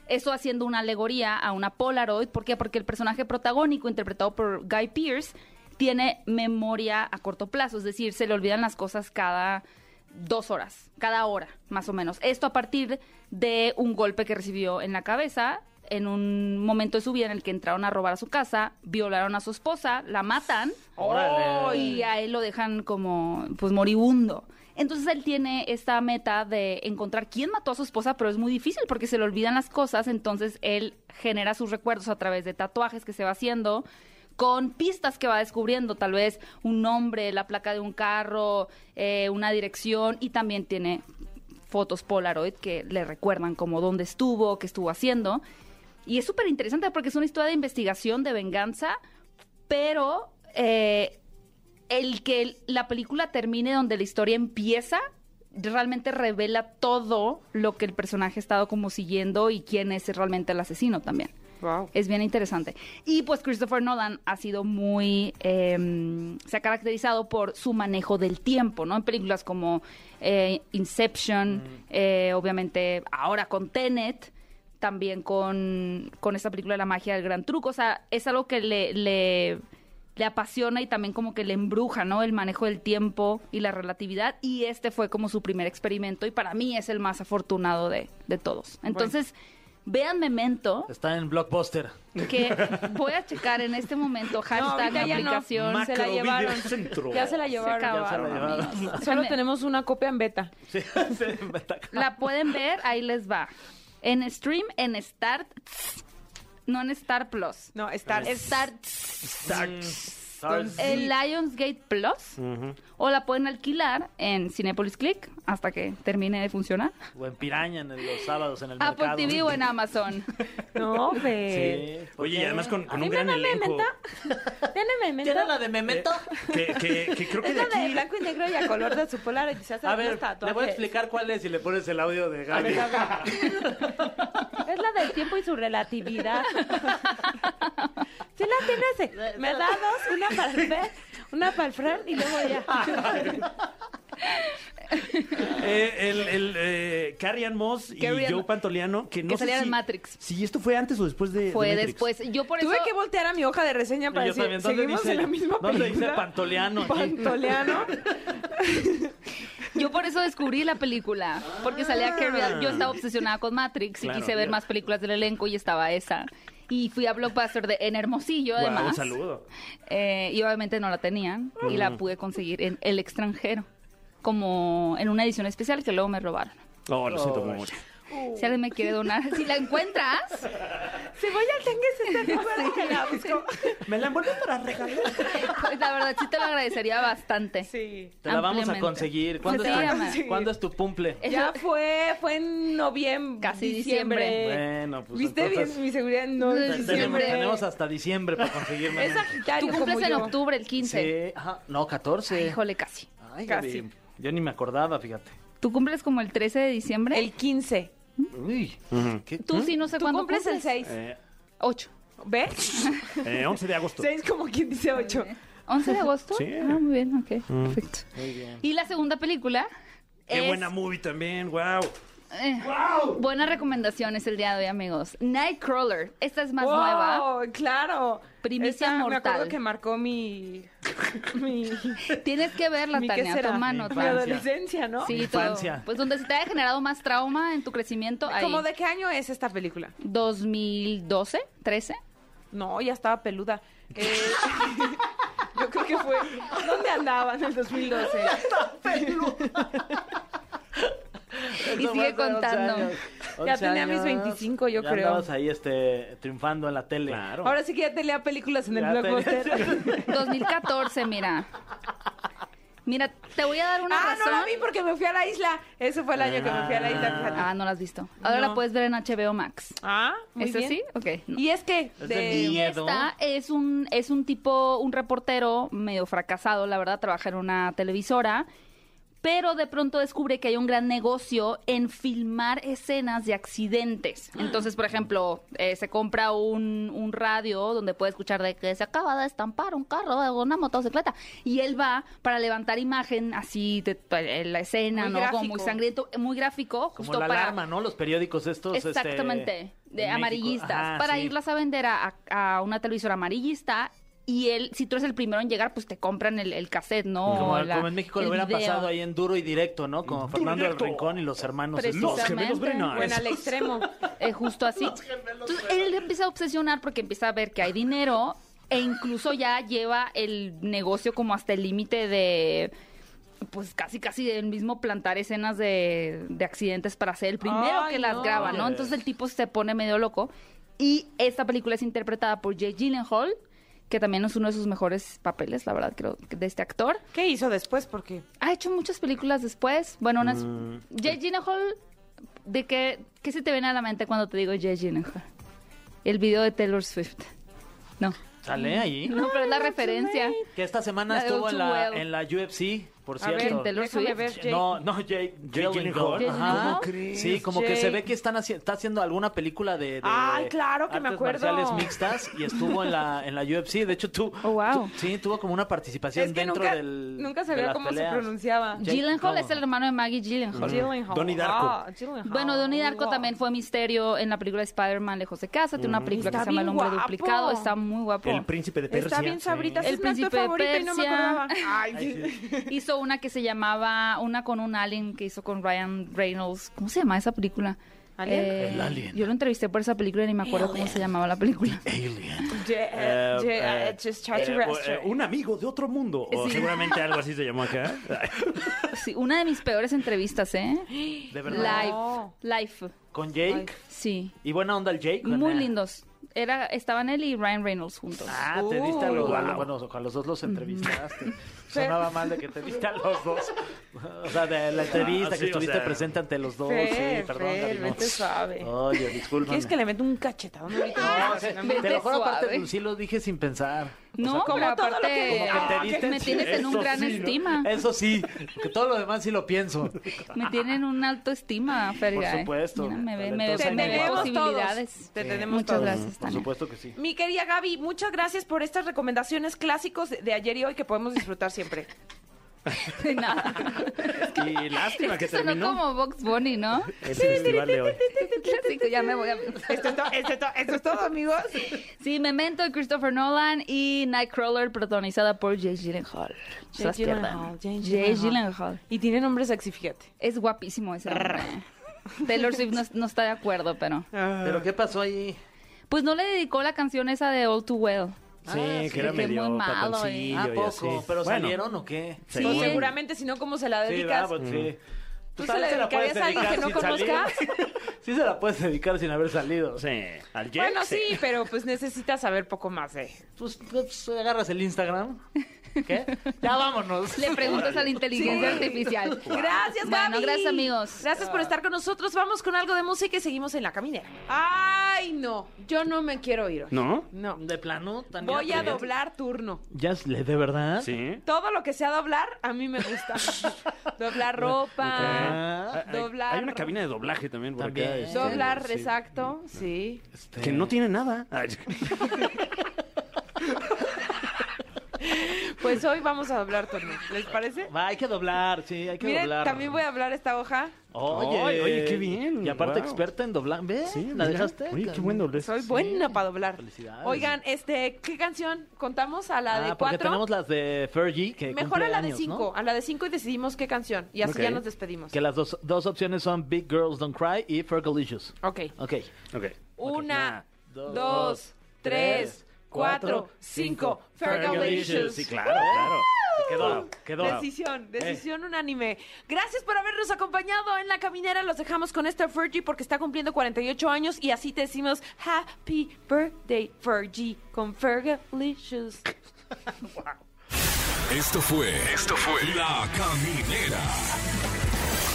[SPEAKER 6] Eso haciendo una alegoría a una Polaroid, ¿por qué? Porque el personaje protagónico, interpretado por Guy Pearce, tiene memoria a corto plazo, es decir, se le olvidan las cosas cada dos horas, cada hora, más o menos. Esto a partir de un golpe que recibió en la cabeza en un momento de su vida en el que entraron a robar a su casa, violaron a su esposa, la matan
[SPEAKER 3] Órale.
[SPEAKER 6] y a él lo dejan como pues moribundo. Entonces él tiene esta meta de encontrar quién mató a su esposa, pero es muy difícil porque se le olvidan las cosas, entonces él genera sus recuerdos a través de tatuajes que se va haciendo con pistas que va descubriendo, tal vez un nombre, la placa de un carro, eh, una dirección y también tiene fotos Polaroid que le recuerdan como dónde estuvo, qué estuvo haciendo. Y es súper interesante porque es una historia de investigación, de venganza, pero eh, el que el- la película termine donde la historia empieza realmente revela todo lo que el personaje ha estado como siguiendo y quién es realmente el asesino también.
[SPEAKER 2] Wow.
[SPEAKER 6] Es bien interesante. Y pues Christopher Nolan ha sido muy... eh, se ha caracterizado por su manejo del tiempo, ¿no? En películas como eh, Inception, eh, obviamente ahora con Tenet, también con, con esta película La magia del gran truco. O sea, es algo que le, le, le apasiona y también como que le embruja, ¿no? El manejo del tiempo y la relatividad. Y este fue como su primer experimento y para mí es el más afortunado de, de todos. Entonces... Vean Memento
[SPEAKER 3] Está en Blockbuster.
[SPEAKER 6] que voy a checar en este momento hashtag
[SPEAKER 2] ahorita ya no.
[SPEAKER 6] aplicación
[SPEAKER 2] Mac-
[SPEAKER 6] se
[SPEAKER 2] Se la
[SPEAKER 4] Macro
[SPEAKER 2] llevaron.
[SPEAKER 4] Video Centro.
[SPEAKER 2] Ya se la
[SPEAKER 6] se
[SPEAKER 2] llevaron.
[SPEAKER 6] acabaron,
[SPEAKER 3] llevaron.
[SPEAKER 6] amigos.
[SPEAKER 2] Solo
[SPEAKER 6] Me-
[SPEAKER 2] tenemos una copia en beta.
[SPEAKER 3] Sí, sí, me está-
[SPEAKER 6] la pueden ver ahí les va en stream en Start no en Star Plus
[SPEAKER 2] No, Star.
[SPEAKER 6] Start
[SPEAKER 3] Mm.
[SPEAKER 4] Starts. Stars.
[SPEAKER 6] el Lionsgate Plus
[SPEAKER 4] Ujú.
[SPEAKER 6] o la pueden alquilar en Cinepolis Click hasta que termine de funcionar.
[SPEAKER 3] O en Piraña en el- los sábados en el
[SPEAKER 6] Apple
[SPEAKER 3] mercado.
[SPEAKER 6] TV o en Amazon.
[SPEAKER 2] No,
[SPEAKER 3] Sí.
[SPEAKER 2] ve.
[SPEAKER 3] ¿por
[SPEAKER 4] Oye,
[SPEAKER 3] qué?
[SPEAKER 4] y además con, con
[SPEAKER 2] ¿A
[SPEAKER 4] un
[SPEAKER 2] mí
[SPEAKER 4] gran
[SPEAKER 2] me mame
[SPEAKER 4] elenco.
[SPEAKER 2] Memento? ¿Tiene Memento?
[SPEAKER 3] ¿Tiene la de Memento?
[SPEAKER 4] Que, que, que creo que
[SPEAKER 2] Es
[SPEAKER 4] de
[SPEAKER 2] la de
[SPEAKER 4] aquí.
[SPEAKER 2] blanco y negro y a color de su polar y se hace
[SPEAKER 3] A ver,
[SPEAKER 2] unos tatuajes.
[SPEAKER 3] le voy a explicar cuál es y le pones el audio de Gaby.
[SPEAKER 2] Es la del tiempo y su relatividad. Sí la tienes. eh. Me da dos, una para el Fer, una para el Fran y luego
[SPEAKER 3] Ah,
[SPEAKER 2] ya.
[SPEAKER 4] Eh, el el eh, Carrie Ann Moss y
[SPEAKER 6] Carrie Ann-
[SPEAKER 4] Joe Pantoliano. Que, no
[SPEAKER 6] que
[SPEAKER 4] sé
[SPEAKER 6] salían en
[SPEAKER 4] si-
[SPEAKER 6] Matrix.
[SPEAKER 4] Si esto fue antes o después de. de
[SPEAKER 6] Fue
[SPEAKER 4] Matrix.
[SPEAKER 6] después. Yo por
[SPEAKER 2] Tuve
[SPEAKER 6] eso
[SPEAKER 2] que voltear a mi hoja de reseña para
[SPEAKER 3] Y yo
[SPEAKER 2] decir,
[SPEAKER 3] también, ¿dónde
[SPEAKER 2] seguimos
[SPEAKER 3] dice-
[SPEAKER 2] en la misma película.
[SPEAKER 3] dónde dice Pantoliano aquí?
[SPEAKER 2] Pantoliano.
[SPEAKER 6] yo por eso descubrí la película, porque salía Carrie. Ann- Yo estaba obsesionada con Matrix y
[SPEAKER 4] Ah. Claro,
[SPEAKER 6] quise ver
[SPEAKER 4] ya.
[SPEAKER 6] más películas del elenco y estaba esa. Y fui a Blockbuster de en Hermosillo
[SPEAKER 4] Guau,
[SPEAKER 6] además.
[SPEAKER 4] un saludo.
[SPEAKER 6] Eh, y obviamente no la tenían y la pude conseguir en el extranjero, como en una edición especial que luego me robaron.
[SPEAKER 4] Oh, lo siento mucho.
[SPEAKER 6] Si alguien me quiere donar, si la encuentras,
[SPEAKER 2] Si voy al tengues este número que la busco.
[SPEAKER 3] Me la envuelves para regalar.
[SPEAKER 6] pues la verdad sí te lo agradecería bastante.
[SPEAKER 2] Sí.
[SPEAKER 3] Te la vamos a
[SPEAKER 6] Ampliamente.
[SPEAKER 3] conseguir. ¿Cuándo,
[SPEAKER 6] Pues
[SPEAKER 3] es,
[SPEAKER 6] sí,
[SPEAKER 3] tu,
[SPEAKER 6] ama.
[SPEAKER 3] ¿Cuándo es tu cumple?
[SPEAKER 2] Ya fue, fue en noviembre.
[SPEAKER 6] Casi
[SPEAKER 3] Bueno, pues,
[SPEAKER 2] ¿Viste
[SPEAKER 3] entonces-
[SPEAKER 2] bien mi seguridad? No,
[SPEAKER 6] Te-
[SPEAKER 2] en
[SPEAKER 6] tenemos-
[SPEAKER 2] diciembre.
[SPEAKER 3] Tenemos, tenemos hasta diciembre para conseguir
[SPEAKER 2] Es
[SPEAKER 3] Memento.
[SPEAKER 2] Sagitario.
[SPEAKER 6] Tú cumples
[SPEAKER 2] como
[SPEAKER 6] en
[SPEAKER 2] yo.
[SPEAKER 6] octubre, el
[SPEAKER 3] Sí,
[SPEAKER 6] 15.
[SPEAKER 3] ajá, no, 14.
[SPEAKER 6] Híjole, casi.
[SPEAKER 3] Ay,
[SPEAKER 2] Casi.
[SPEAKER 3] Gaby, Yo ni me acordaba, fíjate.
[SPEAKER 6] Tú cumples como el 13 de diciembre.
[SPEAKER 2] El 15.
[SPEAKER 3] Uy, ¿qué?
[SPEAKER 4] ¿Mm?
[SPEAKER 6] Tú sí, no sé
[SPEAKER 2] Tú
[SPEAKER 6] cuándo
[SPEAKER 2] cumples, el 6.
[SPEAKER 4] Eh,
[SPEAKER 6] 8.
[SPEAKER 2] ¿Ves?
[SPEAKER 4] eh, 11 de agosto.
[SPEAKER 2] 6 como quien dice 8.
[SPEAKER 6] 11 de agosto.
[SPEAKER 4] Sí. Mm.
[SPEAKER 6] Ah, muy bien, ok. Perfecto.
[SPEAKER 3] Muy bien.
[SPEAKER 6] Y la segunda película.
[SPEAKER 4] Qué
[SPEAKER 6] es-
[SPEAKER 4] buena movie también, wow.
[SPEAKER 6] eh, Buenas recomendaciones el día de hoy, amigos. Nightcrawler. Esta es más
[SPEAKER 2] wow,
[SPEAKER 6] nueva.
[SPEAKER 2] claro.
[SPEAKER 6] Primicia
[SPEAKER 2] Esa Me acuerdo
[SPEAKER 6] mortal.
[SPEAKER 2] que marcó mi. mi.
[SPEAKER 6] Tienes que verla,
[SPEAKER 2] mi-
[SPEAKER 6] Tania. Toma
[SPEAKER 3] Mi
[SPEAKER 2] Mi
[SPEAKER 3] infancia.
[SPEAKER 6] nota.
[SPEAKER 2] adolescencia, ¿no?
[SPEAKER 6] Sí, todo.
[SPEAKER 3] Infancia.
[SPEAKER 6] Pues donde se te haya generado más trauma en tu crecimiento. Ahí.
[SPEAKER 2] ¿Cómo de qué año es esta película?
[SPEAKER 6] 2012, 13.
[SPEAKER 2] No, ya estaba peluda. Eh, yo creo que fue. ¿Dónde andaba en el 2012?
[SPEAKER 6] Y sigue contando.
[SPEAKER 2] Ya tenía mis 25, yo
[SPEAKER 3] ya
[SPEAKER 2] creo.
[SPEAKER 3] Estabas ahí este, triunfando en la tele.
[SPEAKER 4] Claro.
[SPEAKER 2] Ahora sí que ya te lea películas en el
[SPEAKER 3] Ya te-
[SPEAKER 2] blockbuster.
[SPEAKER 6] 2014, mira. Mira, te voy a dar una
[SPEAKER 2] ah,
[SPEAKER 6] razón.
[SPEAKER 2] no la vi porque me fui a la isla. Eso fue el año que me fui a la isla. fíjate.
[SPEAKER 6] Ah, no la has visto. Ahora
[SPEAKER 2] No.
[SPEAKER 6] la puedes ver en HBO Max.
[SPEAKER 2] Ah, muy
[SPEAKER 6] ¿Es
[SPEAKER 2] bien.
[SPEAKER 6] así? Ok. no.
[SPEAKER 2] ¿Y es que
[SPEAKER 3] Es de miedo.
[SPEAKER 6] Esta es un, es un tipo, un reportero medio fracasado, la verdad, trabaja en una televisora, pero de pronto descubre que hay un gran negocio en filmar escenas de accidentes.
[SPEAKER 3] Ah.
[SPEAKER 6] Entonces, por ejemplo, eh, se compra un, un radio donde puede escuchar de que se acaba de estampar un carro o una motocicleta. Y él va para levantar imagen así de, de la escena,
[SPEAKER 2] Muy
[SPEAKER 6] ¿no? Como
[SPEAKER 2] gráfico.
[SPEAKER 6] muy sangriento, muy gráfico,
[SPEAKER 3] Como
[SPEAKER 6] justo
[SPEAKER 3] la
[SPEAKER 6] para
[SPEAKER 3] alarma, ¿no? Los periódicos estos. este,
[SPEAKER 6] Exactamente,
[SPEAKER 3] en
[SPEAKER 6] de
[SPEAKER 3] México.
[SPEAKER 6] amarillistas,
[SPEAKER 3] Ajá,
[SPEAKER 6] para
[SPEAKER 3] sí.
[SPEAKER 6] irlas a vender a, a una televisora amarillista y él, si tú eres el primero en llegar, pues te compran el, el cassette, ¿no?
[SPEAKER 3] Como,
[SPEAKER 6] O la-
[SPEAKER 3] como en México
[SPEAKER 6] el
[SPEAKER 3] lo hubiera
[SPEAKER 6] video.
[SPEAKER 3] pasado ahí en duro y directo, ¿no? Como Fernando del
[SPEAKER 4] directo.
[SPEAKER 3] Rincón y los hermanos. estos.
[SPEAKER 4] Los gemelos
[SPEAKER 6] Precisamente.
[SPEAKER 4] Brenner.
[SPEAKER 2] Bueno, al extremo.
[SPEAKER 6] Eh, justo así. Entonces, él empieza a obsesionar porque empieza a ver que hay dinero e incluso ya lleva el negocio como hasta el límite de pues casi casi del mismo plantar escenas de, de accidentes para ser el primero
[SPEAKER 2] Ay,
[SPEAKER 6] que las
[SPEAKER 2] no.
[SPEAKER 6] graba, ¿no? Entonces el tipo se pone medio loco y esta película es interpretada por Jay Gyllenhaal, que también es uno de sus mejores papeles, la verdad, creo, de este actor.
[SPEAKER 2] ¿Qué hizo después? Porque
[SPEAKER 6] Ha hecho muchas películas después. Bueno, unas...
[SPEAKER 3] Mm,
[SPEAKER 6] Jay Gyllenhaal, ¿de qué, qué se te viene a la mente cuando te digo Jay Gyllenhaal? El video de Taylor Swift. No,
[SPEAKER 3] Sale ahí.
[SPEAKER 6] no, pero es la referencia.
[SPEAKER 3] Que esta semana
[SPEAKER 6] La de
[SPEAKER 3] estuvo en la,
[SPEAKER 6] Ultrawell.
[SPEAKER 3] en la UFC, por
[SPEAKER 2] a ver,
[SPEAKER 3] cierto.
[SPEAKER 6] Taylor
[SPEAKER 2] déjame
[SPEAKER 6] Swift.
[SPEAKER 2] ver, Jake.
[SPEAKER 3] No, no, Jake
[SPEAKER 4] Jake Gyllenhaal.
[SPEAKER 3] Gyllenhaal.
[SPEAKER 6] Jake
[SPEAKER 3] Ajá.
[SPEAKER 6] Gyllenhaal.
[SPEAKER 3] Sí, como que se
[SPEAKER 2] Jake.
[SPEAKER 3] ve que están haci- está haciendo alguna película de, de
[SPEAKER 2] Ay, claro que me
[SPEAKER 3] artes
[SPEAKER 2] acuerdo.
[SPEAKER 3] marciales mixtas y estuvo en la en la UFC. De hecho, tú,
[SPEAKER 6] Oh, wow.
[SPEAKER 3] tú- sí, tuvo como una participación
[SPEAKER 2] es que
[SPEAKER 3] dentro
[SPEAKER 2] nunca,
[SPEAKER 3] del
[SPEAKER 2] nunca
[SPEAKER 3] de
[SPEAKER 2] sabía
[SPEAKER 3] las
[SPEAKER 2] cómo
[SPEAKER 3] peleas.
[SPEAKER 2] se pronunciaba.
[SPEAKER 3] Jake
[SPEAKER 6] Gyllenhaal es
[SPEAKER 3] Gyllenhaal.
[SPEAKER 6] el hermano de Maggie Gyllenhaal.
[SPEAKER 2] Gyllenhaal.
[SPEAKER 4] Donnie Darko.
[SPEAKER 2] Ah, Gyllenhaal.
[SPEAKER 6] Bueno, Donnie Darko también fue misterio en la película de Spider-Man Lejos de Casa.
[SPEAKER 3] Mm.
[SPEAKER 6] Tiene una película que
[SPEAKER 2] Está
[SPEAKER 6] se llama El
[SPEAKER 2] bien
[SPEAKER 6] Hombre
[SPEAKER 2] guapo.
[SPEAKER 6] Duplicado. Está muy guapo.
[SPEAKER 4] El príncipe de Persia.
[SPEAKER 2] Está bien sabrita,
[SPEAKER 6] El
[SPEAKER 2] es mi actor
[SPEAKER 6] príncipe de
[SPEAKER 2] favorito y no me
[SPEAKER 6] Persia.
[SPEAKER 2] acordaba. Ay,
[SPEAKER 6] hizo una que se llamaba, una con un alien que hizo con Ryan Reynolds. ¿Cómo se llama esa película? Eh,
[SPEAKER 2] ¿Alien?
[SPEAKER 3] El Alien.
[SPEAKER 6] Yo lo entrevisté por esa película y ni me acuerdo cómo se llamaba la película.
[SPEAKER 3] Alien.
[SPEAKER 2] Je-
[SPEAKER 4] Eh,
[SPEAKER 2] je-
[SPEAKER 4] eh,
[SPEAKER 2] eh, just
[SPEAKER 4] eh,
[SPEAKER 2] extraterrestre.
[SPEAKER 4] eh, un amigo de otro mundo. O
[SPEAKER 6] Sí.
[SPEAKER 4] seguramente algo así se llamó acá.
[SPEAKER 6] Sí, una de mis peores entrevistas, ¿eh?
[SPEAKER 3] De verdad.
[SPEAKER 6] Life.
[SPEAKER 2] No.
[SPEAKER 6] Life.
[SPEAKER 3] Con Jake.
[SPEAKER 6] Sí.
[SPEAKER 3] Y buena onda el Jake.
[SPEAKER 6] Muy lindos. Era, estaban él y Ryan Reynolds juntos.
[SPEAKER 3] Ah, te diste a los
[SPEAKER 2] Uh.
[SPEAKER 3] dos. Bueno, ojo, a los dos los entrevistaste. Sonaba mal de que te diste a los dos. O sea, de la entrevista
[SPEAKER 4] Ah, sí,
[SPEAKER 3] que
[SPEAKER 4] o
[SPEAKER 3] estuviste
[SPEAKER 4] sea.
[SPEAKER 3] presente ante los dos.
[SPEAKER 2] Fer,
[SPEAKER 3] sí, perdón.
[SPEAKER 2] Fer,
[SPEAKER 3] Gaby, no.
[SPEAKER 2] vete suave.
[SPEAKER 3] Oye, disculpa.
[SPEAKER 2] ¿Quieres que le meta un cachetadón ahorita?
[SPEAKER 3] No, sí,
[SPEAKER 6] Vete
[SPEAKER 3] te lo juro, aparte, pues,
[SPEAKER 6] suave.
[SPEAKER 3] sí lo dije sin pensar.
[SPEAKER 6] No,
[SPEAKER 2] como
[SPEAKER 6] pero
[SPEAKER 2] todo lo que-
[SPEAKER 6] aparte
[SPEAKER 3] como que te
[SPEAKER 6] ah,
[SPEAKER 3] diste-
[SPEAKER 6] me tienes en
[SPEAKER 4] Eso
[SPEAKER 6] un gran
[SPEAKER 4] sí, ¿no?
[SPEAKER 6] estima.
[SPEAKER 3] Eso sí, que todo lo demás sí lo pienso.
[SPEAKER 6] Me tienen un alto estima, Fergay.
[SPEAKER 3] supuesto.
[SPEAKER 6] Mira, me ve, me ve,
[SPEAKER 3] Talentosa y
[SPEAKER 6] me ve
[SPEAKER 3] guapa.
[SPEAKER 6] posibilidades.
[SPEAKER 2] Te tenemos
[SPEAKER 6] Muchas
[SPEAKER 2] todos.
[SPEAKER 6] gracias,
[SPEAKER 3] Por
[SPEAKER 6] Tania.
[SPEAKER 3] supuesto que sí.
[SPEAKER 2] Mi querida Gaby, muchas gracias por estas recomendaciones clásicos de- de ayer y hoy que podemos disfrutar siempre.
[SPEAKER 6] De nada.
[SPEAKER 4] Y lástima
[SPEAKER 6] Es que
[SPEAKER 4] que
[SPEAKER 6] sonó
[SPEAKER 4] terminó
[SPEAKER 6] como Box Bunny, ¿no?
[SPEAKER 4] el festival de hoy.
[SPEAKER 6] Sí, que ya me voy a...
[SPEAKER 2] Esto es, to- esto es to- esto es todo, amigos.
[SPEAKER 6] Sí, Memento de Christopher Nolan y Nightcrawler protagonizada por Jay Gyllenhaal. No se las
[SPEAKER 2] Jake
[SPEAKER 6] pierdan.
[SPEAKER 2] Gyllenhaal, Jake
[SPEAKER 6] Jay Gyllenhaal.
[SPEAKER 2] Y tiene nombre sexy, fíjate.
[SPEAKER 6] Es guapísimo ese. hombre. Taylor Swift no, no está de acuerdo, pero...
[SPEAKER 3] Ah. ¿Pero qué pasó ahí?
[SPEAKER 6] Pues no le dedicó la canción esa de All Too Well.
[SPEAKER 4] Sí, que era
[SPEAKER 6] que muy
[SPEAKER 4] medio
[SPEAKER 6] malo,
[SPEAKER 4] patoncillo
[SPEAKER 6] ¿eh?
[SPEAKER 4] y
[SPEAKER 3] Ah,
[SPEAKER 4] así.
[SPEAKER 3] poco. ¿Pero
[SPEAKER 4] Bueno,
[SPEAKER 3] salieron o qué?
[SPEAKER 6] Sí,
[SPEAKER 2] Pues
[SPEAKER 6] eh.
[SPEAKER 2] seguramente, si no, ¿cómo se la
[SPEAKER 3] Sí,
[SPEAKER 2] dedicas?
[SPEAKER 3] ¿verdad? Pues, sí.
[SPEAKER 2] ¿Tú se la
[SPEAKER 3] también puedes
[SPEAKER 2] dedicarías a alguien que
[SPEAKER 3] dedicar
[SPEAKER 2] no
[SPEAKER 3] sin salir. sí se la puedes dedicar sin haber salido.
[SPEAKER 4] Sí, al Jack,
[SPEAKER 2] Bueno, sí, pero pues necesitas saber poco más de.
[SPEAKER 3] Pues, pues, agarras el Instagram. ¿Qué? Ya vámonos.
[SPEAKER 6] Le preguntas a la inteligencia artificial.
[SPEAKER 2] Gracias,
[SPEAKER 6] Bueno,
[SPEAKER 2] Gaby.
[SPEAKER 6] gracias, amigos.
[SPEAKER 2] Gracias por estar con nosotros. Vamos con algo de música y seguimos en la caminera. Ay, no. Yo no me quiero ir hoy.
[SPEAKER 4] ¿No?
[SPEAKER 2] No.
[SPEAKER 3] De plano, también.
[SPEAKER 2] Voy a doblar turno.
[SPEAKER 3] ¿Ya le de verdad?
[SPEAKER 4] Sí.
[SPEAKER 2] Todo lo que sea doblar, a mí me gusta. doblar ropa,
[SPEAKER 3] Ah,
[SPEAKER 4] Hay-
[SPEAKER 2] doblar.
[SPEAKER 4] Hay una cabina de doblaje también por
[SPEAKER 3] También.
[SPEAKER 4] acá. este,
[SPEAKER 2] doblar,
[SPEAKER 4] sí.
[SPEAKER 2] exacto, sí.
[SPEAKER 3] este,
[SPEAKER 4] Que no tiene nada. Ay,
[SPEAKER 2] Pues hoy vamos a doblar turno. ¿Les parece?
[SPEAKER 3] Va, hay que doblar, sí, hay que
[SPEAKER 2] Miren,
[SPEAKER 3] doblar.
[SPEAKER 2] también voy a hablar esta hoja.
[SPEAKER 3] Oye,
[SPEAKER 4] Ay, oye, qué bien.
[SPEAKER 3] Y aparte
[SPEAKER 4] Wow.
[SPEAKER 3] experta en doblar. ¿Ves?
[SPEAKER 4] Sí,
[SPEAKER 3] ¿La
[SPEAKER 4] mira.
[SPEAKER 3] dejaste?
[SPEAKER 4] Oye, qué buen doblez.
[SPEAKER 2] Soy buena para doblar.
[SPEAKER 3] Felicidades.
[SPEAKER 2] Oigan, este, ¿qué canción contamos? A la
[SPEAKER 3] Ah,
[SPEAKER 2] de
[SPEAKER 3] porque
[SPEAKER 2] cuatro.
[SPEAKER 3] tenemos las de Fergie que
[SPEAKER 2] Mejor
[SPEAKER 3] cumple
[SPEAKER 2] a la de
[SPEAKER 3] años,
[SPEAKER 2] cinco.
[SPEAKER 3] ¿no?
[SPEAKER 2] A la de cinco y decidimos qué canción. Y así
[SPEAKER 4] Ok.
[SPEAKER 2] ya nos despedimos.
[SPEAKER 3] Que las dos, dos opciones son Big Girls Don't Cry y Fergalicious.
[SPEAKER 2] Ok.
[SPEAKER 3] Ok.
[SPEAKER 4] Ok.
[SPEAKER 2] Una,
[SPEAKER 3] dos,
[SPEAKER 2] dos, tres, cuatro, cinco. Fergalicious.
[SPEAKER 4] Sí, claro, claro.
[SPEAKER 3] Quedó, quedó.
[SPEAKER 2] Decisión, decisión unánime. Gracias por habernos acompañado en la caminera. Los dejamos con esta Fergie porque está cumpliendo 48 años y así te decimos Happy Birthday Fergie con Fergalicious.
[SPEAKER 1] Esto fue. Esto fue. La Caminera.